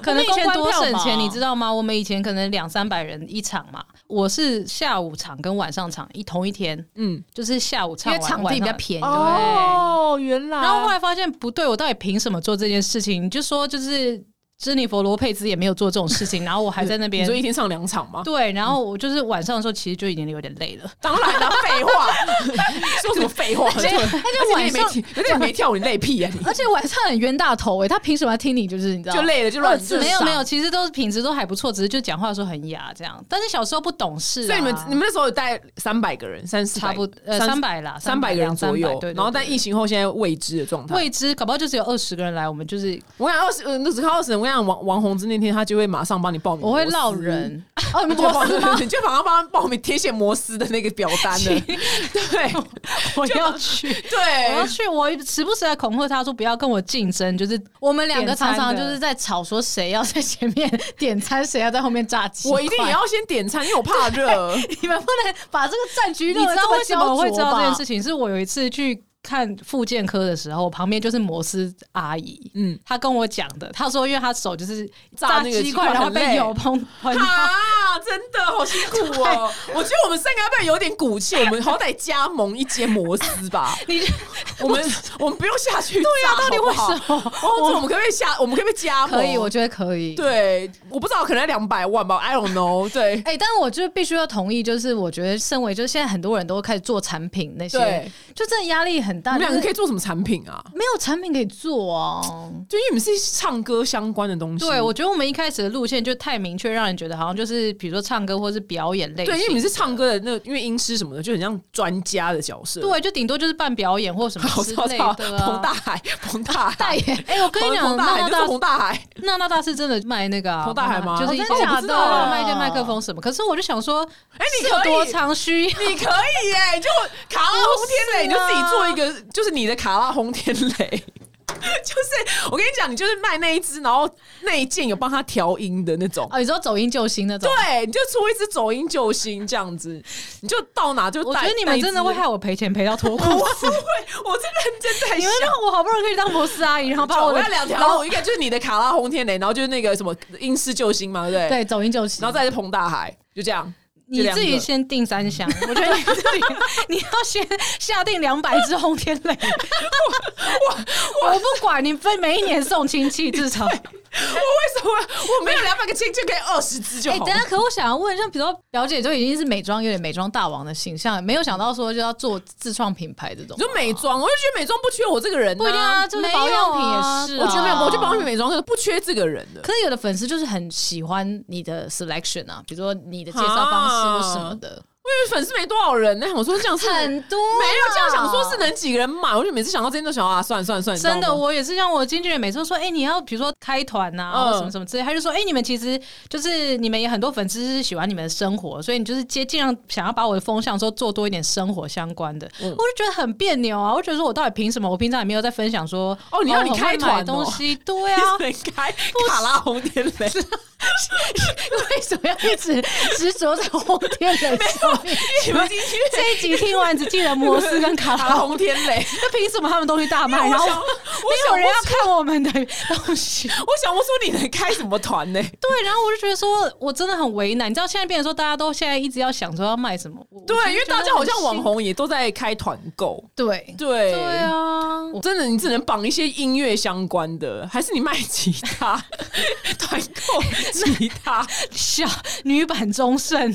可能
我
以
们以
前
前
多
多
省
省
钱，
钱
你
你
知
知
道吗？我们以前可能两三百人一场嘛，我是下午场跟晚上场一同一天，
嗯，
就是下午
因
唱
为
完，
场地比较便宜，
哦，原来。
然后后来发现不对，我到底凭什么做这件事情？你就说就是珍妮佛罗佩兹也没有做这种事情，然后我还在那
你
边
说。一天上两场吗？
*laughs* 对，然后我就是晚上的时候，其实就已经有点累了。
当然了，废话，
*laughs*
说什么废话？对而且你也没
晚上
跳，而且你没跳舞，你累屁啊！你
而且晚上很冤大头哎、他凭什么要听你？就是你知道，
就累了就乱
二字
就
没有
傻
没有，其实都是品质都还不错，只是就讲话的时候很哑这样。但是小时候不懂事、啊，
所以你们你们那时候有带三百个人，三四
差不多呃
三
三百啦，
三百个人
两
左右
300对，对
然后
对
但疫情后现在未知的状态。
未知，搞不好就只有二十个人来，我们就是
我想二十，呃那只看二十，我想王王宏之那天他就会马上帮你报名，
我会落， *laughs* 人。哦，
你
你们
就
摩
帮
斯
*laughs* 你就马上帮他报名贴写摩斯的那个表单
*laughs*
的，对
我要去，我要
对。
去，我时不时来恐吓他说不要跟我竞争，就是
我们两个常常
点餐
就
的
是在吵说谁要在前面 *laughs* 点餐，谁要在后面炸鸡块。
我一定也要先点餐，因为我怕热。
*laughs* 你们不能把这个战局弄
你
得
知道
这么
为什么我会
焦
知
灼
道这
吧
件事情？是我有一次去看复健科的时候，旁边就是摩斯阿姨，
嗯，
她跟我讲的，她说因为她手就是
炸
炸
那个鸡
鸡
块
块，然后
很
被
累
油
*laughs*
碰喷到。
啊，真的好辛苦哦！我觉得我们三个要不要有点骨气？我们 *laughs* 好歹加盟一间摩斯
*laughs*
吧。
你
我们我们不用下去炸，
*laughs* 对啊，到底为
好
什
不好？
么？
哦，这我们可不可以下？我们可不可以加盟？
可
哦
以，我觉得可以。
对，我不知道，可能要两百万吧，I don't know。对，
*laughs*
哎、但我就必须要同意，就是我觉得身为就是现在很多人都开始做产品那些
对，
就真的压力很
啊
你
大。
们两个可
以
以做什么产品啊？
没有产品可以做啊？
就因为你们是唱歌相关的东西，
对，我觉得我们一开始的路线就太明确，让人觉得好像就是比如说唱歌或是表演类型。
对，因为你们是唱歌的那个，因为音师什么的，就很像专家的角色。，
对，就顶多就是办表演或什么
*laughs* 好
之
操
类
操，
的、啊。
彭大海，彭大海，
代言
哎、我跟你讲，
彭大
娜
海
娜
就是
大
彭大海，
娜娜大是真的卖那个、啊、
彭大海吗
就是一
哦
些
真的假的
我不知道啊卖一些麦克风什么。可是我就想说，
哎，你
是有
可
多
以。
长需要？
你可以耶、就卡拉轰天雷，你
不
就是
啊
自己做一个，就是你的卡拉轰天雷。 *laughs* 就是我跟你讲，你就是卖那一只，然后那一件有帮他调音的那种。
哦，你说走音救星那种，
对，你就出一只走音救星这样子，你就到哪就
我
带
觉得你们真的会害我赔钱赔到脱裤
*laughs* 我
子
不。会，我是认真在
你们
想。
让我好不容易可以当摩斯阿姨，然后把
我
我的
要两条路，一个就是你的卡拉轰天雷，然后就是那个什么英式救星嘛，对不对？
对，走音救星
然后。再来是彭大海，就这样。
你自己
就
先定三
*laughs*
箱，我觉得你自己你要先下定两百只轰天 *laughs* 雷。我我我不管你分每一年送亲戚，至少
两个，我为什么我没有两百个亲就可以二十只就
哎、
好
等
了？
一下，可我想要问，像比如说表姐就已经是美妆有点美妆大王的形象，没有想到说就要做自创品牌这种
你，说美妆，我就觉得美妆不缺我这个人、
不一定啊，就是保养品也是、啊。
我觉得没有，我
就
就保养美妆这个不缺这个人的。
可是有的粉丝就是很喜欢你的 selection 啊，比如说你的介绍方式或什么的，
啊
因为粉丝没多少人呢、我说这样是没
很多
哎
有这样想说是能几个人买，我就每次想到这些都想啊，算了算了算了，
真
你知
的，
道吗
我也是像我经纪人每次都说，哎、你要比如说开团呐、
嗯
或什么什么之类，他就说，哎、你们其实就是你们也很多粉丝是喜欢你们的生活，所以你就是接尽量想要把我的风向说做 *laughs* 多一点生活相关的，
嗯
我就觉得很别扭啊，我就觉得说我到底凭什么？我平常也没有在分享说，
哦你要你
我很会
开团
买东
哦
西，对
*laughs*
啊，
一直开卡拉红天雷，
为什么要
*laughs*
一直执着在红天雷上面？
你们进去
这一集听完只记得 *laughs* 摩斯跟卡
卡拉
拉
红天雷。
那凭什么他们东西大卖，
我
然后
想，
没有
我想
人要
不出，
看我们的东西？
我想不出你能开什么团呢、
*laughs* 对，然后我就觉得说，我真的很为难。你知道现在变成说，大家都现在一直要想说要卖什么，我
对，因为大家好像网。
我
红也都在开团购，
对，
对
其实觉得很心对。啊，
我真的，你只能绑一些音乐相关的，还是你卖吉 *laughs* 他团购吉他？
小女版中盛，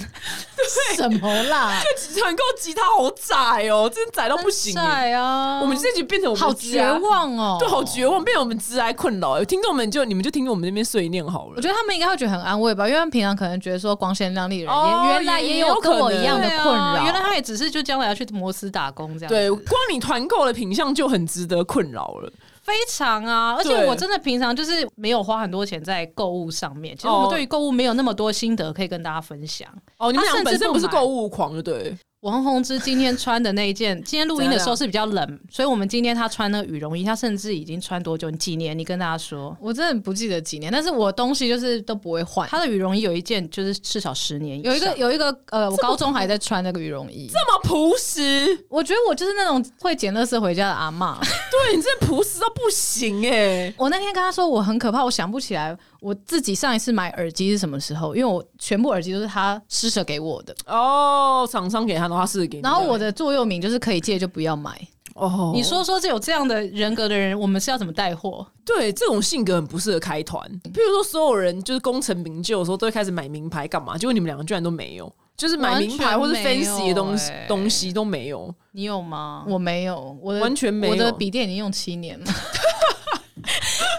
什么
*laughs*
啦？
*laughs* 团购吉他好窄哦，真的窄到不行耶、
在啊，
我们这集变成我们
好
的致
绝
癌，
望哦！
对，好绝望，变成我们致癌困扰耶。听众们就你们就听着我们那边碎念好
我
了。
觉得他们应该会觉得很安慰吧，因为他们平常可能觉得说光鲜亮丽的人，也、
哦
原来
也
也
也有
有跟
可
我
能
一样的困扰、
对啊原来他也只是就将来要去摩斯打工这样，，
对，光你团购的品相就很值得困扰了。
非常啊。而且
对
我真的平常就是没有花很多钱在购物上面，其实
哦
我对于购物没有那么多心得可以跟大家分享。
哦，你们俩
他甚至
本身
不
不是
买
购物狂，就对了。
王宏之今天穿的那一 *laughs* 件，今天录音的时
怎
候
样
是比较冷，所以我们今天他穿那个羽绒衣，他甚至已经穿多久？你几年？你跟大家说，
我真的不记得几年，但是我东西就是都不会换。
他的羽绒衣有一件就是至少十年以上，
有一个有一个呃，我高中还在穿那个羽绒衣，
这么朴实，
我觉得我就是那种会捡垃圾回家的阿嬷。
对你真的朴实到不行哎、
我那天跟他说我很可怕，我想不起来我自己上一次买耳机是什么时候，因为我全部耳机都是他施舍给我的。
*laughs* 哦，厂商给他的话是给你的，
然后我的座右铭就是可以借就不要买，
哦，
你说说这有这样的人格的人，我们是要怎么带货？
对这种性格很不适合开团。譬如说，所有人就是功成名就的时候，都会开始买名牌干嘛？结果你们两个居然都没有，就是买名牌或
完
是
全没有
fancy 的东西、
欸
东西都没有。
你有吗？
我没有，我的
完全没有
我的笔电已经用七年了。 *laughs*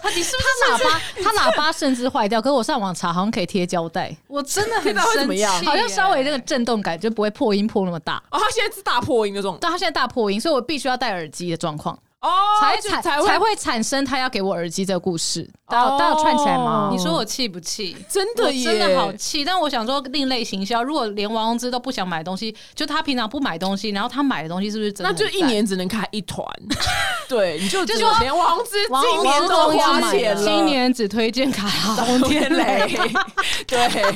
他你是不 *laughs* 是他喇叭？他喇叭甚至坏掉，可是我上网查好像可以贴胶带，
我真的很
现在会怎
生
么
气耶，
样
好像稍微那个震动感就不会破音破那么大。
哦，他现在是大破音的状态
但他现在大破音，所以我必须要戴耳机的状况，
哦，
才
就
才
才会
才会产生他要给我耳机这个故事。大家
哦
大家有串起来吗？
你说我气不气？
真
我
的耶，
真的好气，但我想说，另类行销，如果连王宏之都不想买东西，就他平常不买东西，然后他买的东西是不是真
那
的很
就
赞？
一年只能开一团， *laughs* 对，你就
就
只
说
连王之
王
今年
王
都
总要
花
买
钱
了
了，
今年只推荐卡拉
红
红
天
天
雷，
*laughs*
雷，
*laughs* 对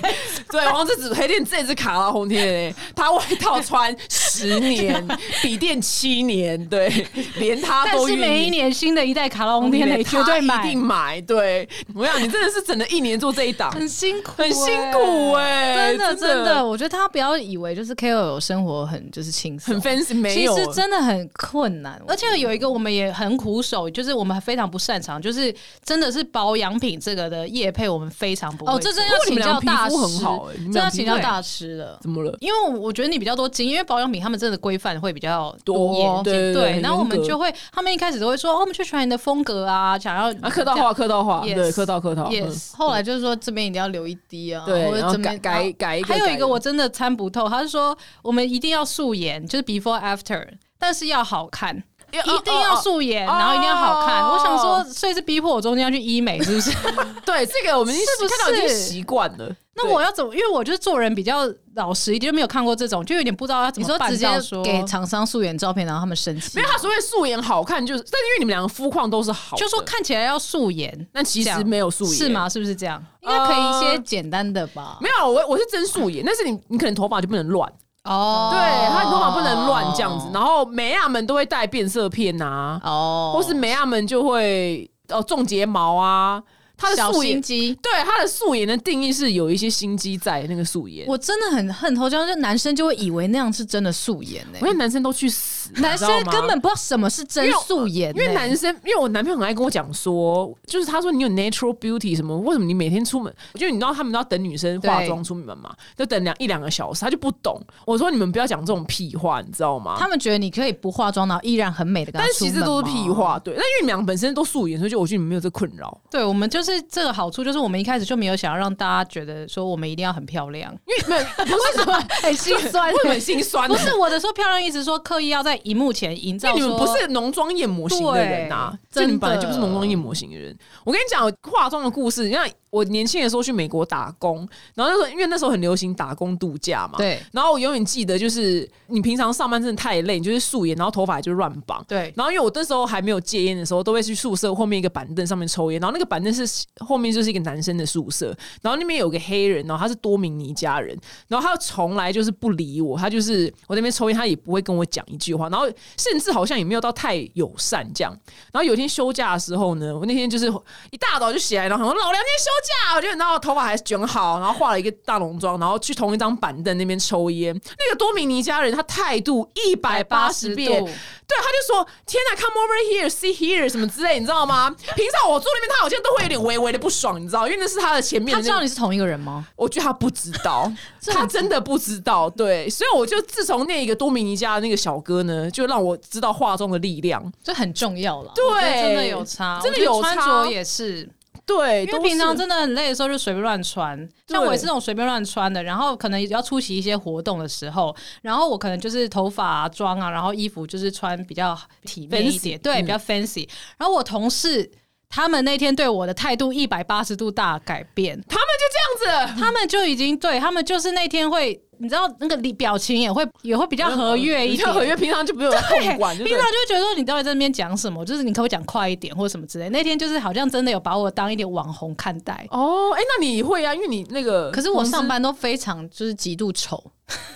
对，王子只推荐这只卡拉红天雷，他外套穿十十
*laughs*
年，笔电七年，对，连他
但
都
是每
愿
一
意。
年哦新的一代卡拉 OK 店雷绝对
他一
买
定，买。对，我想你真的是整了一年做这一档，
很欸辛苦、
很辛苦。哎、
真的真
真
的，我觉得他不要以为就是 KOL 生活很就是轻松
很，fancy，没
其
有
实真的很困难。
而且有一个我们也很苦手，就是我们非常不擅长，就是真的是保养品这个的业配，我们非常不会
哦，这真
做
要
不过你
请
们俩
教
皮
大师，
肤很好欸你们
这
俩
要
皮肤
请教大师了。
怎么了？
因为我觉得你比较多经验，因为保养品他们真的规范会比较
多
严
对对
谨，
对
对。然后我
严
们
格
就会，他们一开始都会说，哦，我们去传你的风格啊，想要
啊，客套话，客套话
Yes
对，客套客套。
也
嗯
后来就是说这边一定要留一滴啊，
对，
或
然
者
后
怎么
改改改一个，
还有一
改
个我真的参不透，他是说我们一定要素颜，就是 before after，但是要好看。
一个
一定要
哦
素颜，
哦
然后一定要好看。
哦
我想说，所以是逼迫我中间要去医美，
*laughs*
是不是？
哦对这个我们已经
是不
看到已经
是
习惯了。
那
对
我要怎么？因为我就是做人比较老实一点，就没有看过这种，就有点不知道要怎
你
么
说
办
直接
到说
给厂商素颜照片，然后他们生气
没有，他所谓素颜好看，就是但是因为你们两个肤况都是好的，
就说看起来要素颜，
但其
这
实
样
没有素颜
是？吗？是不是这样？
应该可以一
呃
些简单的吧？
没有，我我是真素颜，但是你你可能头发就不能乱，
哦
对，他的头发不能乱这样子，然后眉亚们都会戴变色片啊，
哦，
或是眉亚们就会哦种睫毛啊，他的
小
素
心
颜。
机。
对他的素颜的定义是有一些心机在那个素颜，
我真的很恨头像就男生就会以为那样是真的素颜欸呢、
我觉得男生都去死，
*laughs* 男生
你知道吗
根本不知道什么是真素颜、欸
因为男生，因为我男朋友很爱跟我讲说，就是他说你有 natural beauty 什么，为什么你每天出门？就你知道他们都要等女生化妆出门嘛，就等两一两个小时，他就不懂。我说你们不要讲这种屁话，你知道吗？
他们觉得你可以不化妆，然后依然很美的，
但是其实都是屁。话，对。但因为你们俩本身都素颜，所以就我觉得你们没有这困扰。
对，我们就是这个好处，就是我们一开始就没有想要让大家觉得说我们一定要很漂亮，
因 *laughs* 为没有，不
为
*laughs*
什么很心酸
是？为什么心酸呢
不？是我的说漂亮，意思是说刻意要在荧幕前营
因
造
为
说，
哎你们不是浓妆艳抹型的人呐、
对
这你们
真的
本来就不是浓妆艳抹型的人。我跟你讲，化妆的故事，你看我年轻的时候去美国打工，然后那时候因为那时候很流行打工度假嘛，
对，
然后我永远记得，就是你平常上班真的太累，你就是素颜，然后头发就乱绑。
对
然后因为我那时候还没有戒烟的时候，都会去宿舍后面一个板凳上面抽烟，然后那个板凳是后面就是一个男生的宿舍，然后那边有个黑人，然后他是多明尼加人，然后他从来就是不理我，他就是我那边抽烟，他也不会跟我讲一句话，然后甚至好像也没有到太友善这样。然后有一天休假的时候呢，我那天就是一大早就起来，然后想说老娘今天休假，我就然后头发还卷好，然后化了一个大浓妆，然后去同一张板凳那边抽烟。那个多米尼加人他态度一百八十变，
度
对，他就说天哪，come over here, see here 什么之类，你知道吗？平常我坐那边，他好像都会有点微微的不爽，你知道，因为那是他的前面
他
的
知
那个
道你是同一个人吗？
我觉得他不知道，
很
他真的不知道。对，所以我就自从那一个多米尼加的那个小哥呢，就让我知道化妆的力量。
这很重要啦。
我觉
对，
得真的有差，
真的
我觉得
有
穿
差
着也是，
对，
因
都
为
是
平常真的很累的时候就随便乱穿，
对
像我也是那种随便乱穿的，然后可能也要出席一些活动的时候，然后我可能就是头发啊、妆啊，然后衣服就是穿比较体面一点
Fancy，嗯
对，比较 fancy。然后我同事他们那天对我的态度一百八十度大改变，
他们就这样子。
他们就已经对他们就是那天会，你知道那个里表情也会也会比较
嗯
和悦一点，
合约平常 *laughs* 就不用控管，就
平
对
常就会觉得说你到底在那边讲什么，就是你可不可以讲快一点或者什么之类。那天就是好像真的有把我当一点网红看待，
哦，哎，那你会啊？因为你那个，
可是我上班都非常就是极度丑，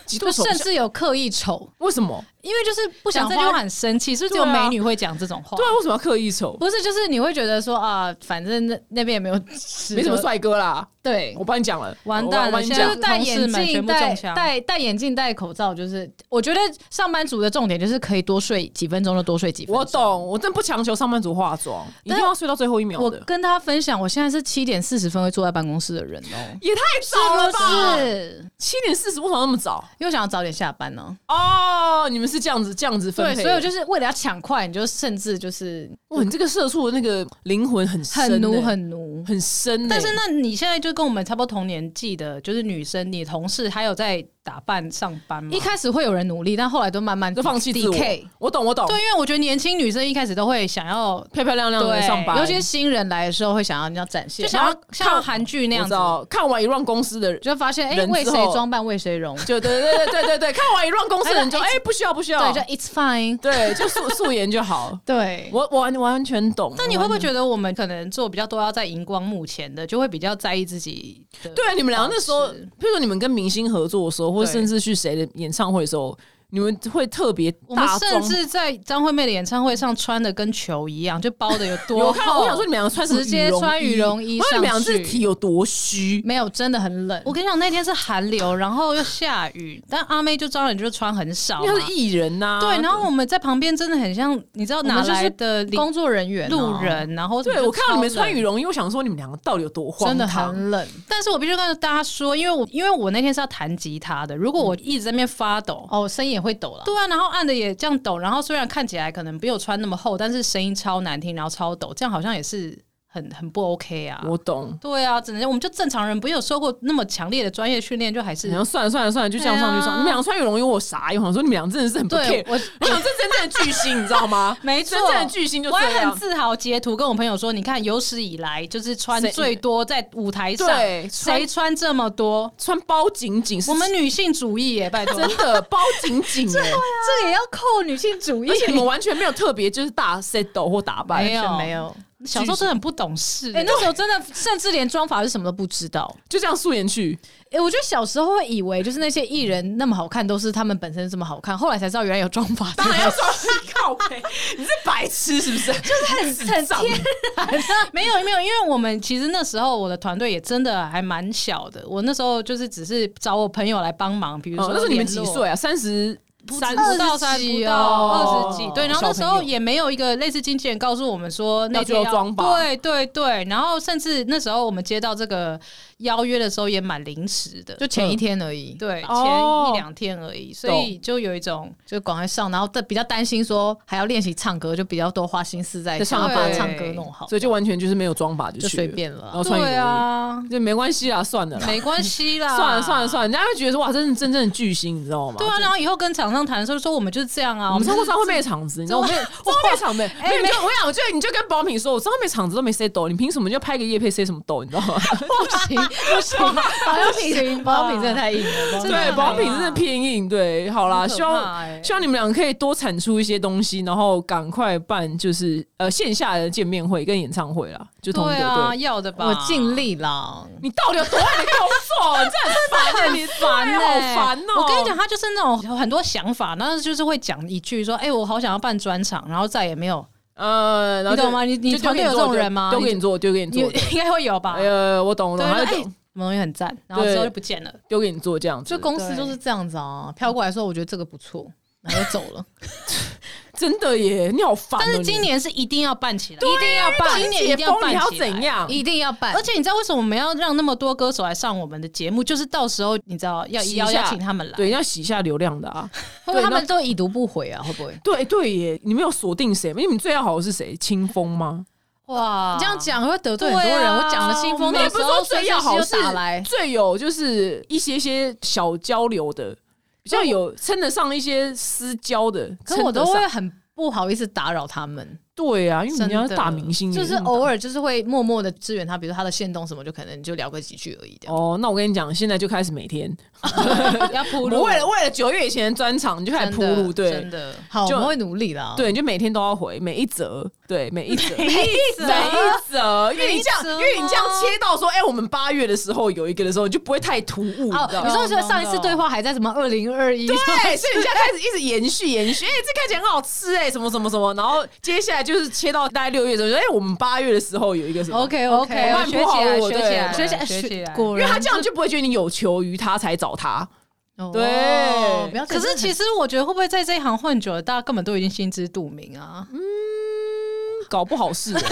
极度
就
丑
甚至有刻意丑，
为什么？
因为就是不
不
想
想这句
花
话很生气，是不是只有
对啊
美女会讲这种话？
对啊，为什么要刻意丑？
不是，就是你会觉得说啊，反正那那边也没有吃
没什么，帅哥啦，
对
我，帮你讲了，
完蛋了
我帮你
现
讲
在
就是戴眼
同事们全
镜、
部中
戴
枪
戴戴眼镜、戴口罩，就是我觉得上班族的重点就是可以多睡几分钟就多睡几分钟。
我懂，我真不强求上班族化妆，一定
但
要睡到最后一秒
我
的，
跟他分享，我现在是七点四十分会坐在办公室的人哦，
也太早了吧？
是？
七点四十，为什么那么早？
因为我想要早点下班呢、
哦，你们是这样子这样子分
对，
配的，
所以我就是为了要抢快，你就甚至就是
哇，你这个社畜的那个灵魂很深欸、
很奴很奴。
很深欸、
但是那你现在就跟我们差不多同年纪的，就是女生，你同事还有在打扮上班吗？
一开始会有人努力，但后来都慢慢
嗯就放弃自我
DK。
我懂，我懂，
对，因为我觉得年轻女生一开始都会想要，
漂漂亮亮的
对
嗯上班，
尤其是新人来的时候，会想要你要展现，
就想
然
要
后
像
看
韩剧那
我
样
知
子。
道，看完一 round 公司的人，
就发现哎、
人之
为谁
后
装扮为谁
*laughs*
容，
就对对对对对对，看完一 round 公司的人就
哎
哎、不需要不需要，
对，就 It's fine。
对就素素颜就好。
对，
我我完完全懂。
那你会不会
得？
觉得我们可能做比较多要在荧光幕前的，就会比较在意自己的？
啊对，你们俩那时候，
保持
譬如说你们跟明星合作的时候，或者
对
甚至去谁的演唱会的时候，你们会特别
我们
大
甚
装。
至在张惠妹的演唱会上穿的跟球一样，就包的有多
我看到
厚。
我想说你们两个穿什么
直接穿羽绒衣
我想你们
上
俩这
去
体有多虚，
没有，真的很冷。
我跟你讲，那天是寒流，然后又下雨，但阿妹就当然就是穿很少
因
嘛
为他是艺人呐、
对，然后我们在旁边真的很像，你知道
们
哪
就是
来的哦邻
工作人员、哦
路，人，然后
对我看到你们穿羽
绒，
绒衣，我想说你们两个到底有多荒
真的
唐
很冷。
但是我必须跟大家说，因为我因为我那天是要弹吉他的，如果我一直在那边发抖。
哦，声音也会抖了。
对啊，然后按的也这样抖，然后虽然看起来可能没有穿那么厚，但是声音超难听，然后超抖，这样好像也是很很不 OK 啊。
我懂。
对啊，只能我们就正常人不有受过那么强烈的专业训练，就还是
然后算了算了算了，就这样上去
对
上。
啊
你们俩穿羽绒衣，我傻眼，我想说你们俩真的是很不 care
对。我
你们俩是真正的巨星，你知道吗？
*laughs* 没错
真正的巨星就
我
这
也
样
很。自豪，截图跟我朋友说，你看有史以来就是穿
谁
最多在舞台上，
对
谁穿这么多？
穿包紧紧，是
我们女性主义耶，拜托，
真
*laughs*
的包紧紧哎，
啊这也要扣女性主义
而且你们完全没有特别就是大 set 抖或打扮，
没有
没有。
小时候真的很不懂事。
哎、那时候真的甚至连妆法是什么都不知道。
就这样素颜去。
哎、我觉得小时候会以为就是那些艺人那么好看，都是他们本身这么好看，后来才知道原来有妆 *laughs* 法，
当然要说靠背，你是白痴是不是？就是很很天
*laughs* 没有没有，因为我们其实那时候我的团队也真的还蛮小的，我那时候就是只是找我朋友来帮忙，比
*laughs*
如
哦
说、，
那时候你们几岁？啊？三十
三不到三
二十
不
几
到
哦
二十几，对，然后
小
那
朋
时
友
候也没有一个类似经纪人告诉我们说那
要
天
做妆吧
对对对，然后甚至那时候我们接到这个邀约的时候也蛮临时的，嗯
就前一天而已，
对
哦
前一两天而已，所以就有一种
就赶快上，然后但比较担心说还要练习唱歌，就比较多花心思在
在上
想要把
班
唱歌弄好，
所以就完全就是没有装法就
就
去了
随，便
然
了。
后穿羽绒
对
衣，
啊，
就没关系啦，算了啦，
没关系
*laughs*
啦，
算了算了算了，人家会觉得说哇，这是真正的巨星，你知道吗？
对啊，然后以后跟厂商谈的时候说我们就是这样啊，
我们
就
上
是
过张惠妹的场子，你知道我没有， *laughs* 我后面场没没有，你就我想，我就你就跟保品说，我张惠妹场子都没 say 抖，你凭什么就拍个夜配 say 什么抖，你知道吗？
不行 *laughs* 不行，保养品保养品真的太硬了。啊
真的
对，
很
保品
可怕
真的偏硬，对，好啦，
很可怕
希望
欸
希望你们俩可以多产出一些东西，然后赶快办就是呃线下的见面会跟演唱会啦，就同一
对
个
啊，
对。
要的吧，
我尽力啦，
你到底有多爱你工作？你真的很烦欸，你
烦
对
欸
好烦哦！
我跟你讲，，他就是那种有很多想法，然后就是会讲一句说：“哎、我好想要办专场，然后再也没有。
呃，然后就
你懂吗你你
就丢给
团队有这种
做
人吗
丢给你做，丢给你
你
做。
应该会有吧？
呃，我懂，我
对，
懂，
然后
他
哎，
就
什么东西很赞，然后
对
之后就不见了。
丢给你做这样子，
就公司
对
就是这样子啊，飘过来说我觉得这个不错，然后就走 *laughs* 了。
真的耶，你好烦哦。
但是
你
今年是一定要办起来，
一定要办，
今年一
解
定要
封
办
你还要
起来
怎样？
一定要办
而。且你知道为什么我们要让那么多歌手来上我们的节目？就是到时候你知道要
洗一
要
下
邀请他们来。
对，要洗一下流量的啊。
会不会
对
他
那
们都已读不回啊？会不会？
对对耶，你们有锁定谁吗？因为你们最要好的是谁？清风吗？
哇
这样讲会得罪很多
对
人。
啊
我讲了清风，
我们
那
也不
时
是说
候
最
孙
要
燕
好
姿
是
就打
哎
来，
最有就是一些些小交流的，比较有称得上一些私交的。
可是
称
我
得
都
上
会很不好意思打扰他们，
对啊，因为人家
真
是
的
大明星，
哎就是
你
偶尔就是会默默的支援他，比如他的线动什么，就可能就聊个几句而已这样。
哦，那我跟你讲，现在就开始每
*laughs*
天，
要铺
我
路，
为了为了九月以前的专场，你就开
真
始
的
铺路，对
真的。
好，我
就
们会努力啦。，
对，你就每天都要回每一则，对每一则，
*laughs* 每一
每
啊
一则，因为你这样，
每一则
因
吗
为你这样切到说，哎、我们八月的时候有一个的时候，你就不会太突兀，你知
哦
道，
你
吗？
说说上一次对话还在什么二零二 *laughs* 一？
对，所以你现在开始一直延续延续，哎、这看起来很好吃哎、什么什么什么，然后接下来就是切到大概六月的时候，哎、我们八月的时候有一个什么
OK
我
OK，
慢慢
学起来，
铺好路
学起来，
对
学起来
学起来。
果
因为
然
他这样就不会觉得你有求于他才找他，
哦
对
不要
可是其
实
实我觉得会不会在这一行混久了，大家根本都已经心知肚明
*laughs*
啊？
搞不好是、欸，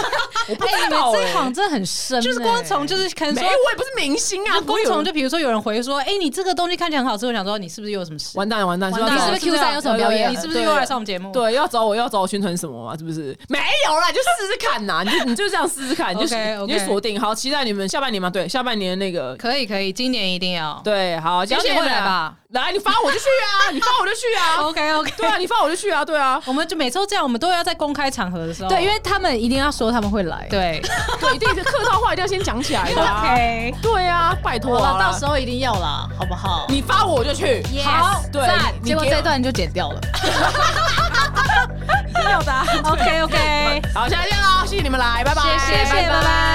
我不
哎，
知
你们
道哎、
这行真的很深欸，
就是光从就是可能
没
说
有，我也不是明星啊，
就光
不会有
从
人
就比如说有人回说，哎、你这个东西看起来很好吃，我想说你是不是又有什么事？
完蛋了完蛋，
完
要
蛋
找
了
你是不是 Q 三有什么表演
你
对
啊是不是又来上我们节目？
对，要找我要找我宣传什么嘛？是不是？没有啦，你就试试看呐，你就你就这样试试看，你就
OK，OK
你就锁定好，期待你们下半年嘛，对，下半年那个
可以可以，今年一定要。
对，好，接
小
下
姐
来
会来吧？
来，你发我就去啊，你发我就去
*laughs*
啊，
OK OK，
对啊，你发我就去啊，对啊，
*laughs* 我们就每周这样，我们都要在公开场合的时候。
对，因为他们一定要说他们会来。
对
对，一定是客套话一定要先讲起来的
*laughs*
啊，
*laughs* OK，
对啊，拜托
好
啊，
了，到时候一定要啦，好
*laughs*
不好？
你发我就去，
好，
对
赞，
你
结果
给我
这段就剪掉了。
要的。OK OK，
*laughs* 好，下次见喽，谢谢你们来，拜拜，
谢谢，拜拜。